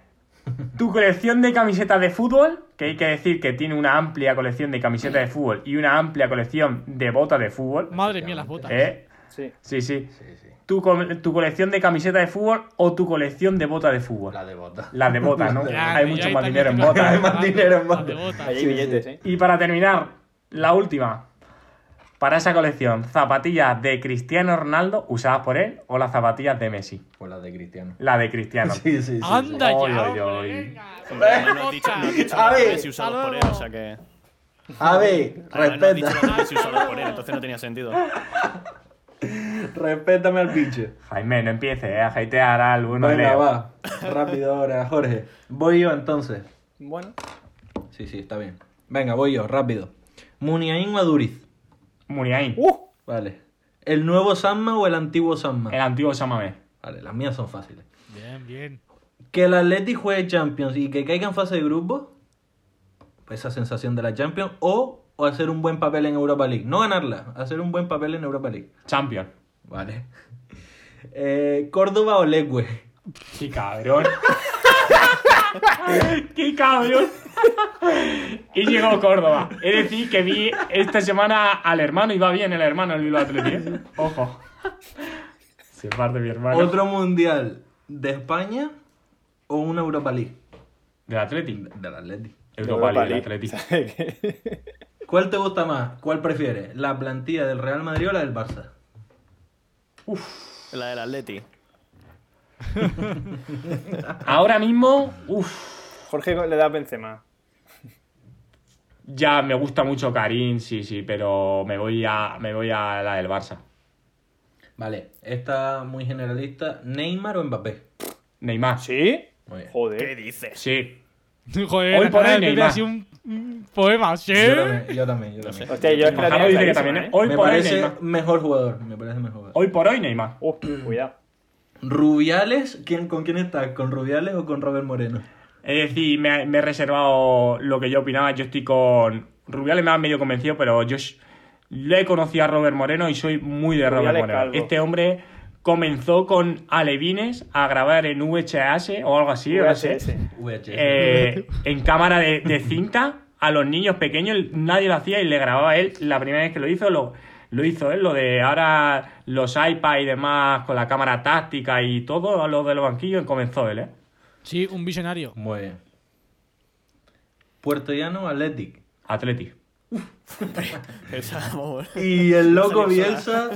Speaker 5: Tu colección de camisetas de fútbol, que hay que decir que tiene una amplia colección de camisetas de fútbol y una amplia colección de botas de fútbol.
Speaker 2: Madre mía, las botas.
Speaker 5: ¿Eh?
Speaker 6: Sí.
Speaker 5: Sí, sí.
Speaker 4: Sí, sí.
Speaker 5: Tu, col- tu colección de camisetas de fútbol o tu colección de botas de fútbol.
Speaker 4: La de bota.
Speaker 5: Las de botas, ¿no?
Speaker 2: Ya,
Speaker 5: Hay
Speaker 2: ya
Speaker 5: mucho
Speaker 2: ahí
Speaker 5: más
Speaker 2: también
Speaker 5: dinero en
Speaker 2: te
Speaker 5: botas. ¿eh?
Speaker 2: cambia.
Speaker 4: Hay más dinero en
Speaker 2: Las de
Speaker 4: botas.
Speaker 2: botas.
Speaker 6: Ahí hay
Speaker 4: Sí,
Speaker 6: billetes,
Speaker 4: sí.
Speaker 6: ¿eh?
Speaker 5: Y para terminar, la última. Para esa colección, zapatillas de Cristiano Ronaldo usadas por él o las zapatillas de Messi.
Speaker 4: Pues la de Cristiano.
Speaker 5: La de Cristiano.
Speaker 4: Sí, sí, sí.
Speaker 2: Anda ya,
Speaker 5: Oy, oy,
Speaker 2: hombre,
Speaker 5: oy.
Speaker 2: venga.
Speaker 3: Además, no has dicho, no has dicho
Speaker 4: A
Speaker 3: nada de
Speaker 4: ver.
Speaker 3: Messi usado
Speaker 2: Hasta
Speaker 3: por él,
Speaker 2: luego.
Speaker 3: o sea que.
Speaker 4: sí. A ver,
Speaker 3: Además, no has dicho nada de
Speaker 4: respeta.
Speaker 3: Messi usado por él, entonces no tenía sentido.
Speaker 4: Respétame al bicho.
Speaker 5: Jaime, no empieces ¿eh? a hatear al bueno de
Speaker 4: Venga,
Speaker 5: Leo.
Speaker 4: va. Rápido ahora, Jorge. Voy yo entonces.
Speaker 6: Bueno,
Speaker 4: Sí, sí, está bien. Venga, voy yo, rápido. Muniain o Aduriz.
Speaker 5: Muniain,
Speaker 4: Vale. ¿El nuevo Sanma o el antiguo Sanma?
Speaker 5: el antiguo Samamé.
Speaker 4: Vale, las mías son fáciles.
Speaker 2: Bien, bien.
Speaker 4: Que el Atleti juegue Champions y que caiga en fase de grupo, pues esa sensación de la Champions, o, o hacer un buen papel en Europa League. No ganarla, hacer un buen papel en Europa League.
Speaker 5: Champion.
Speaker 4: Vale. Eh, Córdoba o Legue.
Speaker 5: ¡Qué cabrón! ¡Qué cabrón! y llegó Córdoba. Es decir, que vi esta semana al hermano, y va bien el hermano el Bilbao Athletic. ¿eh? Ojo. Se parte mi hermano.
Speaker 4: Otro mundial de España o una Europa League
Speaker 5: Del Athletic.
Speaker 4: del Atleti.
Speaker 5: Europa,
Speaker 6: Europa
Speaker 5: League, del
Speaker 6: League.
Speaker 5: Athletic.
Speaker 4: ¿Cuál te gusta más? ¿Cuál prefieres? ¿La plantilla del Real Madrid o la del Barça?
Speaker 3: La del Atleti.
Speaker 5: Ahora mismo, uff,
Speaker 6: Jorge le da a Benzema.
Speaker 5: ya me gusta mucho Karim, sí, sí, pero me voy a, me voy a la del Barça.
Speaker 4: Vale, esta muy generalista, Neymar o Mbappé.
Speaker 5: Neymar.
Speaker 6: ¿Sí?
Speaker 4: Muy bien.
Speaker 3: ¿Qué
Speaker 6: Joder.
Speaker 3: dices?
Speaker 5: Sí.
Speaker 2: Joder,
Speaker 5: Hoy
Speaker 2: la
Speaker 5: por
Speaker 2: cara
Speaker 5: hoy
Speaker 2: de
Speaker 5: no hay
Speaker 2: Pepe ha
Speaker 5: más.
Speaker 2: sido un, un poema, ¿sí?
Speaker 4: Yo también, yo también, yo también.
Speaker 6: Hostia, yo es que la
Speaker 5: Ojalá
Speaker 6: tenía
Speaker 5: dice que también,
Speaker 6: clarísima,
Speaker 5: ¿eh?
Speaker 6: ¿eh?
Speaker 5: Hoy
Speaker 4: me
Speaker 5: por hoy
Speaker 4: parece
Speaker 5: Neymar.
Speaker 4: mejor jugador, me parece mejor jugador.
Speaker 5: Hoy por hoy Neymar.
Speaker 6: Uh, cuidado.
Speaker 4: Rubiales, ¿quién, ¿con quién está? ¿Con Rubiales o con Robert Moreno?
Speaker 5: Es decir, me, me he reservado lo que yo opinaba. Yo estoy con. Rubiales me ha medio convencido, pero yo s- le he conocido a Robert Moreno y soy muy de Robert
Speaker 6: Rubiales
Speaker 5: Moreno.
Speaker 6: calvo.
Speaker 5: Este hombre comenzó con Alevines a grabar en VHS o algo así, no sé.
Speaker 6: VHS.
Speaker 4: VHS.
Speaker 5: Eh, en cámara de, de cinta a los niños pequeños, nadie lo hacía y le grababa a él. La primera vez que lo hizo, lo, lo hizo él, lo de ahora los iPad y demás con la cámara táctica y todo, lo de los banquillos, comenzó él, ¿eh?
Speaker 2: Sí, un visionario.
Speaker 4: Muy bien. Puerto Llano, Athletic.
Speaker 5: Athletic.
Speaker 3: Esa, vamos.
Speaker 4: ¿Y el loco
Speaker 3: salió
Speaker 4: Bielsa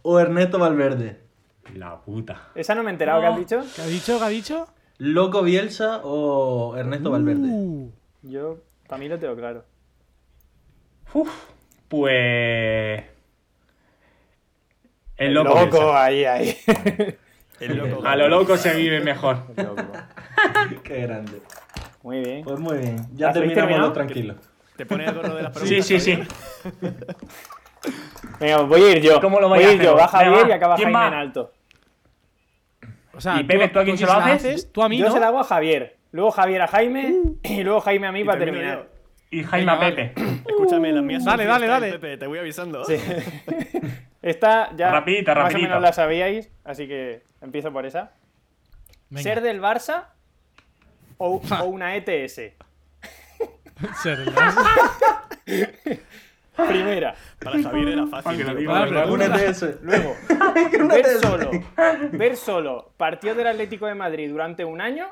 Speaker 4: o Ernesto Valverde?
Speaker 5: La puta.
Speaker 6: Esa no me he enterado que has dicho.
Speaker 2: ¿Qué ha dicho? ¿Qué ha dicho?
Speaker 4: ¿Loco Bielsa o Ernesto Valverde?
Speaker 2: Uh,
Speaker 6: Yo, para mí lo tengo claro.
Speaker 5: Uf, pues. El
Speaker 6: El
Speaker 5: loco.
Speaker 6: loco ahí, ahí.
Speaker 3: El loco.
Speaker 5: Bielsa. A lo loco se vive mejor.
Speaker 4: Qué grande.
Speaker 6: Muy bien.
Speaker 4: Pues muy bien. Ya
Speaker 6: ¿Has
Speaker 4: terminamos
Speaker 6: terminado?
Speaker 4: los tranquilos.
Speaker 3: ¿Te pones el gorro de las
Speaker 5: Sí,
Speaker 3: preguntas?
Speaker 5: sí, sí.
Speaker 6: Venga, voy a ir yo.
Speaker 5: ¿Cómo lo
Speaker 6: voy
Speaker 5: vais
Speaker 6: a
Speaker 5: a
Speaker 6: ir
Speaker 5: hacer?
Speaker 6: yo. Baja
Speaker 5: Venga,
Speaker 6: Javier
Speaker 5: va.
Speaker 6: y acaba
Speaker 5: ¿Quién
Speaker 6: Jaime
Speaker 5: va?
Speaker 6: en alto.
Speaker 2: O sea,
Speaker 5: ¿Y Pepe, tú a quién se
Speaker 2: sí
Speaker 5: lo
Speaker 2: la
Speaker 5: haces?
Speaker 2: Tú a mí,
Speaker 6: Yo
Speaker 2: ¿no?
Speaker 6: se la hago a Javier. Luego Javier a Jaime. Y luego Jaime a mí
Speaker 3: Y
Speaker 6: para
Speaker 3: termino
Speaker 6: terminar.
Speaker 5: Y Jaime a
Speaker 2: Venga,
Speaker 5: Pepe.
Speaker 3: yo. Escúchame, las mías son
Speaker 2: Dale, dale,
Speaker 3: freestyle,
Speaker 2: dale.
Speaker 3: Pepe, te voy avisando.
Speaker 6: Esta ya
Speaker 5: Rapidita,
Speaker 6: más
Speaker 5: rapidita.
Speaker 6: o menos la sabíais, así que empiezo por esa.
Speaker 2: Venga.
Speaker 6: ¿Ser del Barça o, o una E ETS?
Speaker 2: Ser del Barça.
Speaker 6: Primera.
Speaker 3: Para Javier era fácil.
Speaker 5: Aunque lo
Speaker 3: tío.
Speaker 5: diga,
Speaker 3: Para-
Speaker 5: pero-
Speaker 4: Únete a ese.
Speaker 6: Luego, ver solo, ver solo partido del Atlético de Madrid durante un año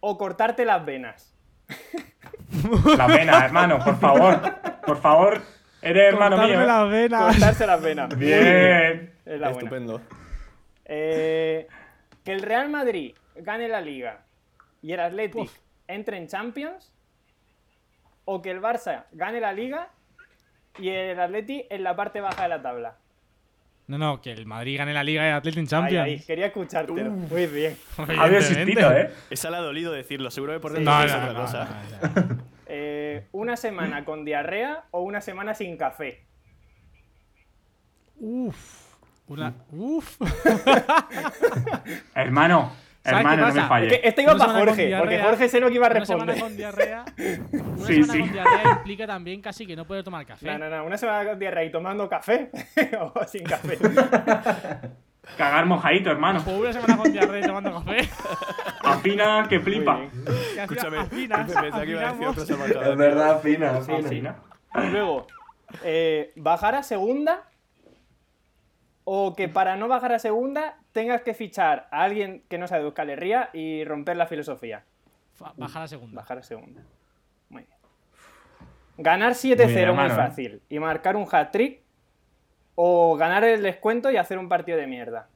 Speaker 6: o cortarte las venas.
Speaker 5: La pena, hermano, por favor. Por favor. Eres hermano mío.
Speaker 2: Cortarme
Speaker 5: ¿eh?
Speaker 2: las venas.
Speaker 6: Cortarse las venas. Muy
Speaker 5: Bien.
Speaker 6: Es la buena.
Speaker 3: Estupendo.
Speaker 6: Eh, que el Real Madrid gane la Liga y el Athletic entre en Champions o que el Barça gane la Liga y el Athletic en la parte baja de la tabla.
Speaker 2: No, no, que el Madrid gane la Liga y el Athletic en
Speaker 6: Ahí,
Speaker 2: Champions.
Speaker 6: ahí, quería escuchártelo. Muy bien.
Speaker 5: Había existido, ¿eh?
Speaker 3: Esa la ha dolido decirlo, seguro que por dentro
Speaker 2: No,
Speaker 3: es
Speaker 2: no,
Speaker 3: otra
Speaker 2: no,
Speaker 3: cosa.
Speaker 2: no, no.
Speaker 6: Eh, ¿Una semana con diarrea o una semana sin café?
Speaker 2: Uf. Una. Uf.
Speaker 5: Hermano,
Speaker 2: qué
Speaker 5: hermano, no me
Speaker 2: pasa?
Speaker 5: falles.
Speaker 6: Es que Este iba
Speaker 2: Una
Speaker 6: para
Speaker 2: semana con
Speaker 6: Jorge, porque
Speaker 2: diarrea.
Speaker 6: Jorge sé lo que iba a
Speaker 2: Una semana
Speaker 6: responder.
Speaker 2: con diarrea. Una
Speaker 5: Sí,
Speaker 2: semana
Speaker 5: sí.
Speaker 2: con diarrea implica también casi que no poder tomar café.
Speaker 6: No, no, no, una semana con diarrea y tomando café o sin café.
Speaker 5: Cagar mojadito, hermano.
Speaker 2: O Pues una semana con diarrea y tomando café.
Speaker 5: Afina que flipa.
Speaker 6: Muy bien.
Speaker 2: Que al final
Speaker 3: Escúchame,
Speaker 2: afinas,
Speaker 3: pensaba que iba a decir
Speaker 2: afinamos.
Speaker 3: otra salvajada.
Speaker 4: Es verdad, fina,
Speaker 6: Sí,
Speaker 4: fina.
Speaker 6: sí.
Speaker 5: Afina.
Speaker 6: Luego, eh, bajar a segunda o que para no bajar a segunda tengas que fichar a alguien que no sea de Euskal Herria y romper la filosofía.
Speaker 2: Fa- Bajar a segunda.
Speaker 6: Bajar a segunda. Muy bien. Ganar 7-0
Speaker 5: Muy bien,
Speaker 6: muy,
Speaker 5: hermano, ¿eh?
Speaker 6: fácil y marcar un hat-trick o ganar el descuento y hacer un partido de mierda.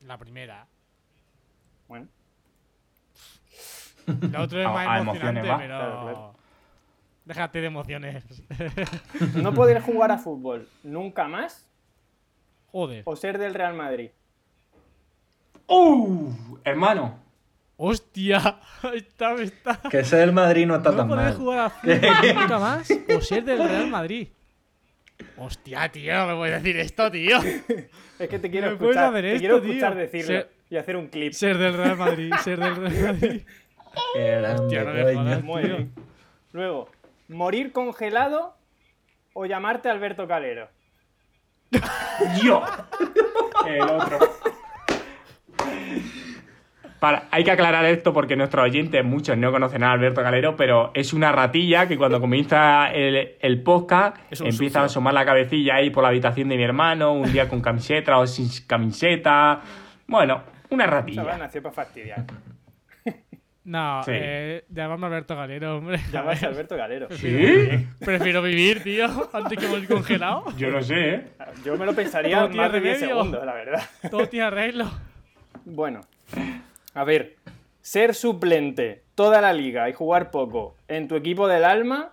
Speaker 2: La primera.
Speaker 6: Bueno,
Speaker 2: La otra es
Speaker 5: A-
Speaker 2: más
Speaker 5: a
Speaker 2: emocionante,
Speaker 5: emociones va.
Speaker 2: pero.
Speaker 6: Claro, claro.
Speaker 2: Déjate de emociones.
Speaker 6: no poder jugar a fútbol nunca más
Speaker 2: Joder.
Speaker 6: o ser del Real Madrid.
Speaker 5: ¡Uh! Hermano.
Speaker 2: ¡Hostia! Está, está.
Speaker 4: Que ese del Madrid no está
Speaker 2: no
Speaker 4: tan
Speaker 2: poder
Speaker 4: mal.
Speaker 2: jugar a fútbol nunca más o ser del Real Madrid. Hostia, tío, no me puedes decir esto, tío.
Speaker 6: Es que te quiero
Speaker 2: No me puedes
Speaker 6: escuchar,
Speaker 2: hacer
Speaker 6: te
Speaker 2: esto,
Speaker 6: quiero
Speaker 2: tío.
Speaker 6: escuchar decirlo
Speaker 2: Ser-
Speaker 6: y hacer un clip.
Speaker 2: Ser del Real Madrid, ser del Real Madrid.
Speaker 4: Qué
Speaker 2: Hostia, no me
Speaker 4: grande, pues, coño.
Speaker 2: jodas.
Speaker 6: Muy
Speaker 2: Tío.
Speaker 6: bien. Luego, morir congelado o llamarte Alberto Calero.
Speaker 5: ¡Yo! El otro. Para, hay que aclarar esto porque nuestros oyentes, muchos no conocen a Alberto Calero, pero es una ratilla que cuando comienza el, el podcast
Speaker 3: Es un
Speaker 5: empieza
Speaker 3: sucio.
Speaker 5: a asomar la cabecilla ahí por la habitación de mi hermano, un día con camiseta o sin camiseta. Bueno, una
Speaker 6: O sea,
Speaker 5: ratilla.
Speaker 6: nació para fastidiar.
Speaker 2: No,
Speaker 5: Sí.
Speaker 2: eh, llamarme Alberto Galero, hombre.
Speaker 6: Llamarse Alberto Calero.
Speaker 5: ¿Sí?
Speaker 2: Prefiero vivir, tío, antes que morir congelado.
Speaker 5: Yo no sé, ¿eh?
Speaker 6: Yo me lo pensaría
Speaker 2: Todo tiene
Speaker 6: más de 10
Speaker 2: remedio.
Speaker 6: segundos, la verdad.
Speaker 2: Todo tiene arreglo.
Speaker 6: Bueno, a ver. Ser suplente toda la liga y jugar poco en tu equipo del alma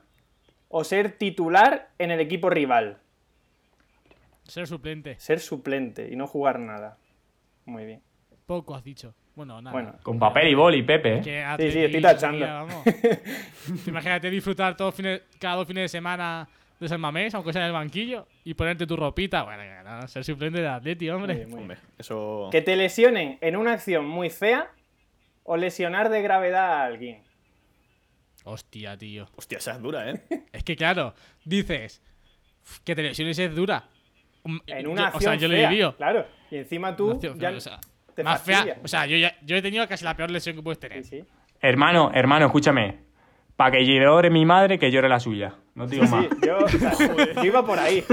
Speaker 6: o ser titular en el equipo rival.
Speaker 2: Ser suplente.
Speaker 6: Ser suplente y no jugar nada. Muy bien.
Speaker 2: Poco has dicho. Bueno, nada.
Speaker 6: Bueno,
Speaker 5: Con papel y boli, Pepe. ¿eh?
Speaker 2: Que
Speaker 6: Sí, sí,
Speaker 2: atletismo,
Speaker 6: estoy tachando.
Speaker 2: tía, vamos. Imagínate disfrutar todos fines, cada dos fines de semana de San Mamés, aunque sea en el banquillo, y ponerte tu ropita. Bueno, que no, ser suplente de Atleti, hombre.
Speaker 6: muy bien, muy bien.
Speaker 3: Hombre, eso.
Speaker 6: Que te lesionen en una acción muy fea o lesionar de gravedad a alguien.
Speaker 2: Hostia, tío.
Speaker 3: Hostia, esa es dura, ¿eh?
Speaker 2: Es que claro, dices "Uf, que te lesiones es dura. Mm,
Speaker 6: En
Speaker 2: yo-
Speaker 6: una
Speaker 2: O
Speaker 6: acción
Speaker 2: sea, yo lo
Speaker 6: fea,
Speaker 2: he vivido.
Speaker 6: Claro. Y encima tú
Speaker 2: Una acción
Speaker 6: ya
Speaker 2: fea, o sea,
Speaker 6: te
Speaker 2: más
Speaker 6: fastidia.
Speaker 2: fea. O sea, yo, ya- yo he tenido casi la peor lesión que puedes tener.
Speaker 6: Sí, sí.
Speaker 5: Hermano, hermano, escúchame. Para que llore mi madre, que llore la suya. No te digo más.
Speaker 6: Sí, yo, o sea, yo iba por ahí.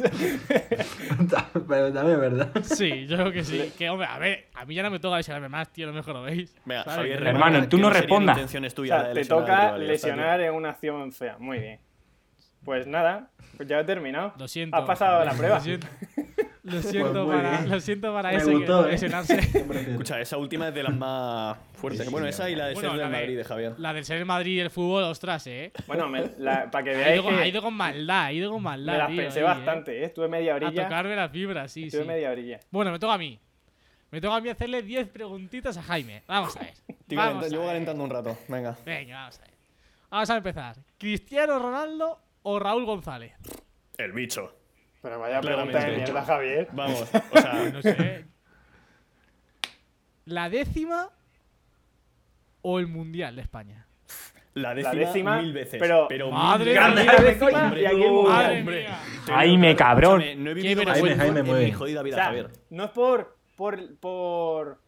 Speaker 4: Pero también es verdad.
Speaker 2: Sí, yo creo que sí. Que, hombre, a ver, a mí ya no me toca lesionarme más, tío, no mejor lo veis.
Speaker 3: Venga,
Speaker 2: ¿Sabes?
Speaker 3: Javier,
Speaker 5: Hermano,
Speaker 3: remarca
Speaker 5: tú
Speaker 3: que
Speaker 5: no
Speaker 3: serían
Speaker 5: respondas.
Speaker 3: intenciones
Speaker 6: O
Speaker 3: tuyas
Speaker 6: sea,
Speaker 3: la de
Speaker 6: te
Speaker 3: lesionar al
Speaker 6: toca
Speaker 3: rival, ya está, tío.
Speaker 6: lesionar en una acción fea. Muy bien. Pues nada, pues ya he terminado.
Speaker 2: Lo siento.
Speaker 6: Has pasado la prueba.
Speaker 2: Lo siento. Pues Lo siento,
Speaker 4: muy
Speaker 2: para,
Speaker 4: bien.
Speaker 2: lo siento para
Speaker 4: Me
Speaker 2: eso que
Speaker 4: gustó,
Speaker 2: que
Speaker 4: ¿eh?
Speaker 2: lesionarse.
Speaker 3: Escucha, esa última es de las más fuertes.
Speaker 4: Sí,
Speaker 3: bueno,
Speaker 4: sí,
Speaker 3: esa y la de
Speaker 2: Bueno,
Speaker 3: ser del
Speaker 2: la de-
Speaker 3: Madrid de Javier.
Speaker 2: La del ser el Madrid y el fútbol, ostras, eh.
Speaker 6: Bueno, me- la- para que
Speaker 2: Ha
Speaker 6: veáis
Speaker 2: ido, con, ha
Speaker 6: que
Speaker 2: ido con maldad, ha ido con maldad.
Speaker 6: me las
Speaker 2: tío,
Speaker 6: pensé
Speaker 2: ahí, eh.
Speaker 6: bastante, ¿eh? Estuve media
Speaker 2: A
Speaker 6: orilla.
Speaker 2: tocarme las fibras, sí, sí.
Speaker 6: estuve media orilla.
Speaker 2: Bueno, me toca a mí. Me toca a mí hacerle 10 preguntitas a Jaime. Vamos a ver.
Speaker 3: Tío,
Speaker 2: Vamos a
Speaker 3: llevo
Speaker 2: ver.
Speaker 3: calentando un rato. Venga.
Speaker 2: Venga, vamos a ver. Vamos a empezar. ¿Cristiano Ronaldo o Raúl González?
Speaker 3: El bicho.
Speaker 6: Pero vaya
Speaker 3: Claramente,
Speaker 6: pregunta de
Speaker 3: de hecho.
Speaker 6: mierda, Javier.
Speaker 3: Vamos. O sea,
Speaker 2: No sé. ¿La décima o el Mundial de España?
Speaker 3: la
Speaker 6: La
Speaker 3: décima,
Speaker 6: décima,
Speaker 3: mil veces.
Speaker 6: pero-
Speaker 2: Madre
Speaker 3: mil
Speaker 2: mía,
Speaker 3: veces.
Speaker 6: la décima
Speaker 3: Hombre,
Speaker 6: y aquí el mundial.
Speaker 2: Madre
Speaker 3: hombre.
Speaker 2: mía.
Speaker 3: Te
Speaker 5: Ahí
Speaker 3: digo,
Speaker 5: me cabrón.
Speaker 3: escúchame, No he
Speaker 2: Qué
Speaker 3: vivido más
Speaker 2: vergüenza.
Speaker 3: fútbol
Speaker 4: Jaime, Jaime,
Speaker 3: en
Speaker 4: muy
Speaker 3: mi
Speaker 4: bien.
Speaker 3: jodida
Speaker 6: O
Speaker 3: vida,
Speaker 6: sea,
Speaker 3: Javier.
Speaker 6: no es por, por, por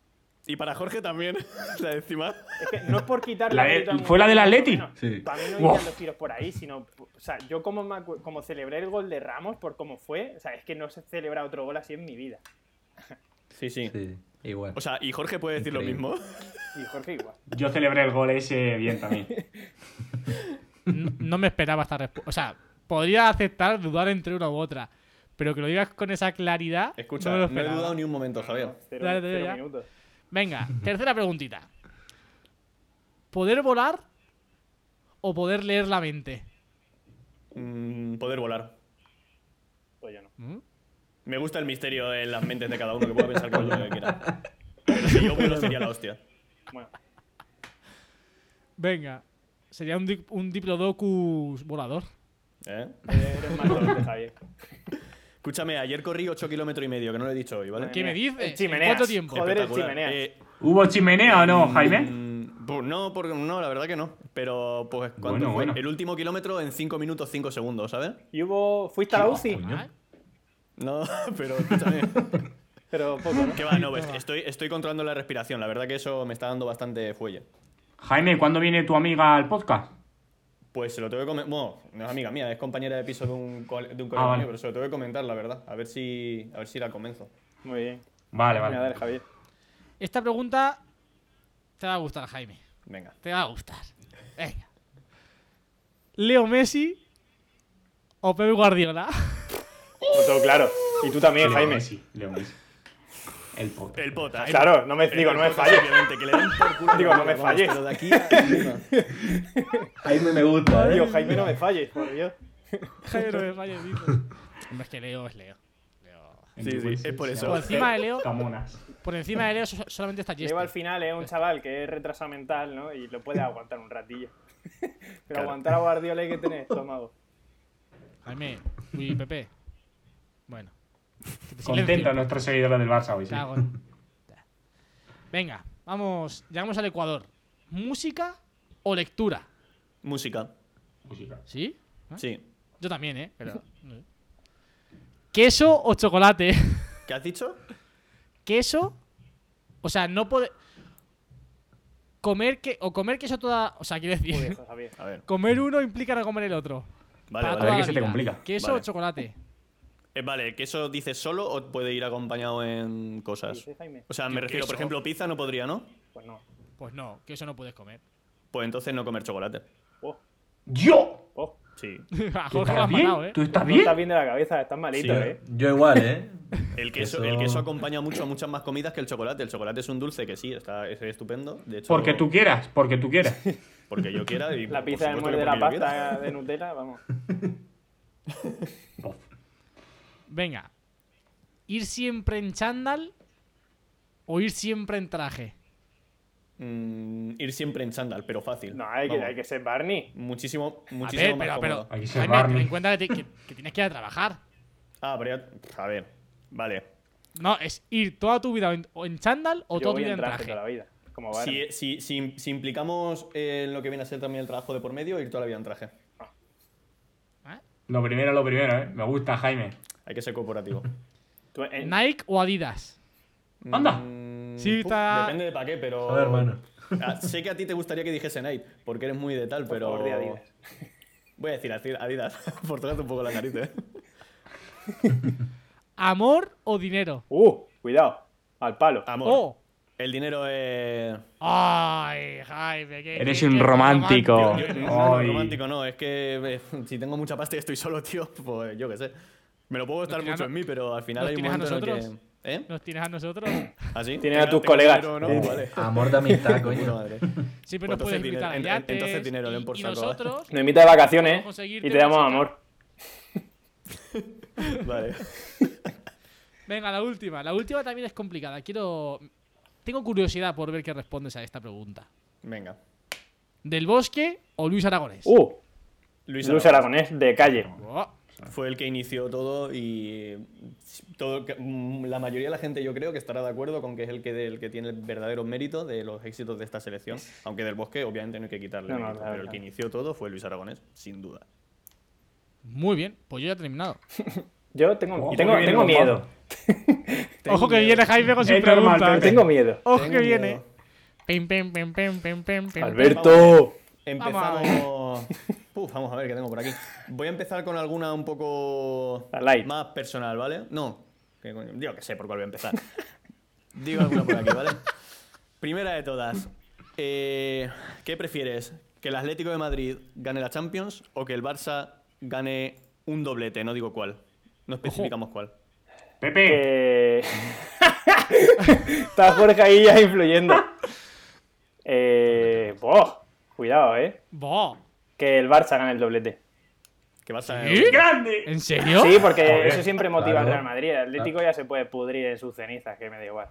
Speaker 3: Y para Jorge también, la décima.
Speaker 6: Es que no es por quitarle
Speaker 5: La de-
Speaker 6: mérito al
Speaker 5: ¿fue la del
Speaker 6: Mundial,
Speaker 5: Atleti?
Speaker 6: no, no.
Speaker 4: Sí.
Speaker 6: Para mí no
Speaker 5: Wow.
Speaker 6: iban los tiros por ahí, sino. O sea, yo como, me acu- como celebré el gol de Ramos por cómo fue, o sea, es que no se celebra otro gol así en mi vida.
Speaker 3: Sí, sí.
Speaker 4: Sí, igual.
Speaker 3: O sea, y Jorge puede decir
Speaker 4: Increíble.
Speaker 3: lo mismo.
Speaker 6: Y Jorge igual.
Speaker 5: Yo celebré el gol ese bien también.
Speaker 2: No, no me esperaba esta respuesta. O sea, podría aceptar dudar entre una u otra. Pero que lo digas con esa claridad.
Speaker 3: Escucha,
Speaker 2: no me lo
Speaker 3: no, he
Speaker 2: esperaba.
Speaker 3: dudado ni un momento, Javier.
Speaker 6: Cero,
Speaker 2: Ya, ya,
Speaker 6: cero
Speaker 2: ya.
Speaker 6: minutos.
Speaker 2: Venga, tercera preguntita. ¿Poder volar o poder leer la mente?
Speaker 3: Mm, poder volar.
Speaker 6: Pues yo no.
Speaker 3: Me gusta el misterio en las mentes de cada uno, que pueda pensar con lo que quiera. Pero si yo vuelo sería la hostia.
Speaker 6: Bueno,
Speaker 2: Venga, sería un, dip- un diplodocus volador.
Speaker 3: ¿Eh?
Speaker 6: eres más torpe, Javier.
Speaker 3: Escúchame, ayer corrí 8 kilómetros y medio, que no lo he dicho hoy, ¿vale?
Speaker 2: ¿Qué me dices?
Speaker 6: El
Speaker 2: ¿En
Speaker 6: chimeneas.
Speaker 2: cuánto tiempo?
Speaker 6: Joder, el
Speaker 3: Espectacular.
Speaker 6: chimeneas.
Speaker 3: Eh,
Speaker 5: ¿Hubo chimenea o Ah, no, Jaime?
Speaker 3: mm, pues no, porque, no, la verdad que no. Pero, pues, ¿cuánto
Speaker 5: Bueno,
Speaker 3: fue?
Speaker 5: bueno.
Speaker 3: El último kilómetro en 5 minutos 5 segundos, ¿sabes?
Speaker 6: ¿Y hubo. ¿Fuiste a la UCI?
Speaker 2: Ah,
Speaker 3: No, pero escúchame.
Speaker 6: Pero poco, ¿no?
Speaker 3: que va, no, ves, estoy, estoy controlando la respiración. La verdad que eso me está dando bastante fuelle.
Speaker 5: Jaime, ¿cuándo viene tu amiga al podcast?
Speaker 3: Pues se lo tengo que comentar. Bueno, no es amiga mía, es compañera de piso de un, co- de un colega
Speaker 5: vale.
Speaker 3: mío, pero se lo tengo que comentar, la verdad. A ver si, a ver si la convenzo.
Speaker 6: Muy bien.
Speaker 5: Vale,
Speaker 6: Voy a
Speaker 5: vale.
Speaker 6: dar, Javier.
Speaker 2: Esta pregunta te va a gustar, Jaime.
Speaker 3: Venga.
Speaker 2: Te va a gustar. Venga. ¿Leo Messi o Pep Guardiola?
Speaker 6: Pues todo claro. Y tú también,
Speaker 5: Leo
Speaker 6: Jaime.
Speaker 5: Messi, Leo Messi. El pot.
Speaker 3: El pota.
Speaker 6: Claro, no me, digo, no me falles.
Speaker 3: Obviamente, que le den por culo. a
Speaker 6: Digo, no me
Speaker 3: Vamos,
Speaker 6: falles.
Speaker 3: Pero de aquí a Lima.
Speaker 4: Jaime me gusta, ¿eh?
Speaker 6: Digo, Jaime, no me falles, por Dios.
Speaker 2: Jaime, no me falles, dices. Hombre, es que Leo es Leo. Leo.
Speaker 3: Sí, sí, es por
Speaker 2: Por
Speaker 3: eso.
Speaker 2: encima de Leo,
Speaker 5: Camonas.
Speaker 2: por encima de Leo so- solamente está
Speaker 3: este.
Speaker 6: Llevo al
Speaker 2: Jester.
Speaker 6: final, es un chaval que es retrasado mental, ¿no? Y lo puede aguantar un ratillo. Pero
Speaker 3: Claro.
Speaker 6: aguantar a Guardiola hay que tener estómago.
Speaker 2: Jaime, uy, Pepe. Bueno. Que te silencio.
Speaker 5: Contenta a nuestros seguidores del Barça hoy, sí.
Speaker 2: Cago en- Venga, vamos, llegamos al Ecuador. ¿Música o lectura?
Speaker 3: Música.
Speaker 5: Música.
Speaker 2: ¿Sí? ¿Ah?
Speaker 3: Sí.
Speaker 2: Yo también, ¿eh? Pero... ¿Queso o chocolate?
Speaker 3: ¿Qué has dicho?
Speaker 2: ¿Queso? O sea, no puede... Comer que o comer queso toda... O sea, quiero
Speaker 6: Muy
Speaker 2: decir...
Speaker 6: viejo, Javier.
Speaker 3: A ver.
Speaker 2: Comer uno implica no comer el otro.
Speaker 3: Vale,
Speaker 2: Para
Speaker 3: vale.
Speaker 2: toda
Speaker 5: ver, que
Speaker 2: la
Speaker 5: se te
Speaker 2: vida.
Speaker 5: complica.
Speaker 2: ¿Queso
Speaker 3: Vale.
Speaker 2: o chocolate?
Speaker 3: Eh, vale, ¿que eso dices solo o puede ir acompañado en
Speaker 6: ¿Qué
Speaker 3: cosas?
Speaker 6: dice Jaime?
Speaker 3: O sea, me
Speaker 2: Que-
Speaker 3: refiero, por
Speaker 2: queso.
Speaker 3: ejemplo, pizza no podría, ¿no?
Speaker 6: Pues no.
Speaker 2: Pues no, queso no puedes comer.
Speaker 3: Pues entonces no comer chocolate.
Speaker 6: Oh,
Speaker 5: ¡Yo!
Speaker 6: oh.
Speaker 3: Sí.
Speaker 2: A Jorge
Speaker 5: ¿Tú
Speaker 2: lo
Speaker 5: estás
Speaker 2: has matado, ¿eh?
Speaker 5: bien? ¿Tú estás
Speaker 6: No
Speaker 5: bien?
Speaker 6: estás bien de la cabeza, estás malito,
Speaker 3: Sí.
Speaker 6: ¿eh?
Speaker 4: Yo igual, ¿eh?
Speaker 3: El queso,
Speaker 4: Eso-
Speaker 3: el queso acompaña mucho a muchas más comidas que el chocolate. El chocolate es un dulce que sí, está, es estupendo. De hecho,
Speaker 5: Porque tú quieras, porque tú quieras.
Speaker 3: Porque yo quiera y.
Speaker 6: La
Speaker 3: por
Speaker 6: pizza del
Speaker 3: supuesto que
Speaker 6: muerde de la
Speaker 3: porque yo quiera.
Speaker 6: pasta de Nutella, vamos.
Speaker 2: Venga. ¿Ir siempre en chándal o ir siempre en traje?
Speaker 3: Mm, ir siempre en chándal, pero fácil.
Speaker 6: eh. No, hay que,
Speaker 3: Vamos.
Speaker 6: hay que ser Barney.
Speaker 3: Muchísimo,
Speaker 2: A
Speaker 3: muchísimo
Speaker 2: ver,
Speaker 3: más
Speaker 2: pero, pero,
Speaker 3: cómodo.
Speaker 5: Aquí se
Speaker 2: Jaime,
Speaker 5: Barney.
Speaker 2: ten en cuenta que, te- que- que tienes que ir a trabajar.
Speaker 3: Ah, pero ya- pff, A ver, vale.
Speaker 2: No, es ir toda tu vida en, o en chándal o
Speaker 6: Yo
Speaker 2: toda tu
Speaker 6: voy
Speaker 2: vida
Speaker 6: en
Speaker 2: en
Speaker 6: traje
Speaker 2: traje.
Speaker 6: toda la vida. Como Barney.
Speaker 3: Si, si, si- si implicamos eh, lo que viene a ser también el trabajo de por medio, ir toda la vida en traje.
Speaker 2: ¿Eh?
Speaker 5: Lo primero, lo primero, ¿eh? Me gusta, Jaime.
Speaker 3: Hay que ser corporativo.
Speaker 6: Tú eh, en-
Speaker 2: ¿Nike o Adidas?
Speaker 5: Anda.
Speaker 3: Mm,
Speaker 2: Sí,
Speaker 3: puf,
Speaker 2: está-
Speaker 3: Depende de para qué, pero.
Speaker 4: Joder, hermano.
Speaker 3: Ah, sé que a ti te gustaría que dijese Nike, porque eres muy de tal,
Speaker 6: Por
Speaker 3: pero.
Speaker 6: favor, di Adidas.
Speaker 3: Voy a decir Adi- Adidas, por tocarte un poco la nariz, ¿eh?
Speaker 2: ¿Amor o dinero?
Speaker 6: Uh, cuidado. Al palo.
Speaker 3: Amor.
Speaker 2: ¡Oh!
Speaker 3: El dinero eh, es.
Speaker 2: ¡Ay, Jaime! qué-
Speaker 5: Eres
Speaker 2: qué-
Speaker 5: un
Speaker 2: qué
Speaker 5: romántico.
Speaker 2: Oh.
Speaker 3: Yo- yo- no, no,
Speaker 5: Ay.
Speaker 3: romántico no, es que eh, si tengo mucha pasta y estoy solo, tío, pues yo qué sé. Me lo puedo estar
Speaker 2: tienes
Speaker 3: mucho
Speaker 2: a no-
Speaker 3: en mí, pero al final
Speaker 2: ¿nos
Speaker 3: hay un
Speaker 2: tienes a
Speaker 3: momento en el
Speaker 2: nosotros?
Speaker 3: que... ¿Eh?
Speaker 2: ¿Nos tienes a nosotros?
Speaker 3: ¿Ah, sí?
Speaker 6: Tienes a
Speaker 3: Tengo-
Speaker 6: tus
Speaker 3: tengo
Speaker 6: colegas.
Speaker 3: dinero, ¿no? Vale.
Speaker 4: Amor de amistad,
Speaker 3: Puta
Speaker 4: coño.
Speaker 3: madre.
Speaker 2: Siempre
Speaker 3: Pues
Speaker 2: nos puedes
Speaker 3: entonces dinero-
Speaker 2: invitar
Speaker 3: en- en- entonces
Speaker 2: yates
Speaker 3: dinero,
Speaker 2: y-
Speaker 3: den por
Speaker 2: y
Speaker 3: saco, ¿eh?
Speaker 2: nosotros...
Speaker 6: Nos invita de
Speaker 2: Vamos a
Speaker 6: vacaciones
Speaker 2: conseguirte
Speaker 6: y te damos
Speaker 2: una
Speaker 6: amor.
Speaker 3: Vale.
Speaker 2: Venga, la última. La última también es complicada. Quiero... Tengo curiosidad por ver qué respondes a esta pregunta.
Speaker 3: Venga.
Speaker 2: ¿Del Bosque o Luis Aragonés?
Speaker 6: Uh,
Speaker 3: Luis,
Speaker 6: Luis
Speaker 3: Aragonés.
Speaker 6: Aragonés, de calle.
Speaker 2: Oh,
Speaker 3: fue el que inició todo y todo, mm, la mayoría de la gente yo creo que estará de acuerdo con que es el que, el que tiene el verdadero mérito de los éxitos de esta selección, aunque del bosque obviamente no hay que quitarle
Speaker 6: No, no,
Speaker 3: mérito,
Speaker 6: claro,
Speaker 3: pero el que
Speaker 6: claro.
Speaker 3: inició todo fue Luis Aragonés, sin duda.
Speaker 2: Muy bien, pues yo ya he terminado.
Speaker 6: Yo tengo,
Speaker 5: Oh,
Speaker 6: tengo,
Speaker 5: qué bien
Speaker 6: tengo
Speaker 5: enojado.
Speaker 6: miedo.
Speaker 2: Ojo que viene Jaime con
Speaker 5: su
Speaker 2: su
Speaker 5: Es normal, pregunta,
Speaker 2: pregunta.
Speaker 5: eh.
Speaker 6: Tengo miedo.
Speaker 2: Ojo
Speaker 3: Tengo
Speaker 2: que viene.
Speaker 3: miedo.
Speaker 2: Pim, pim, pim, pim, pim, pim, pim.
Speaker 6: Alberto.
Speaker 3: Empezamos. Uf, vamos a ver qué tengo por aquí. Voy a empezar con alguna un poco
Speaker 6: La light.
Speaker 3: más personal, ¿vale? No. ¿Qué coño? Yo que sé por cuál voy a empezar. Digo alguna por aquí, ¿vale? Primera de todas. Eh, ¿Qué prefieres? ¿Que el Atlético de Madrid gane la Champions o que el Barça gane un doblete? No digo cuál. No especificamos cuál.
Speaker 5: Pepe,
Speaker 6: Eh, Está Jorge ahí ya influyendo. Eh, boh, cuidado, eh.
Speaker 2: Buah,
Speaker 6: Que el Barça gane el doblete.
Speaker 3: Que Barça
Speaker 2: ¿Sí?
Speaker 3: gane el doblete.
Speaker 5: grande.
Speaker 2: ¿En serio?
Speaker 6: Sí, porque eso siempre motiva al
Speaker 4: claro.
Speaker 6: Real Madrid. El Atlético ya se puede pudrir en sus cenizas, que me da igual.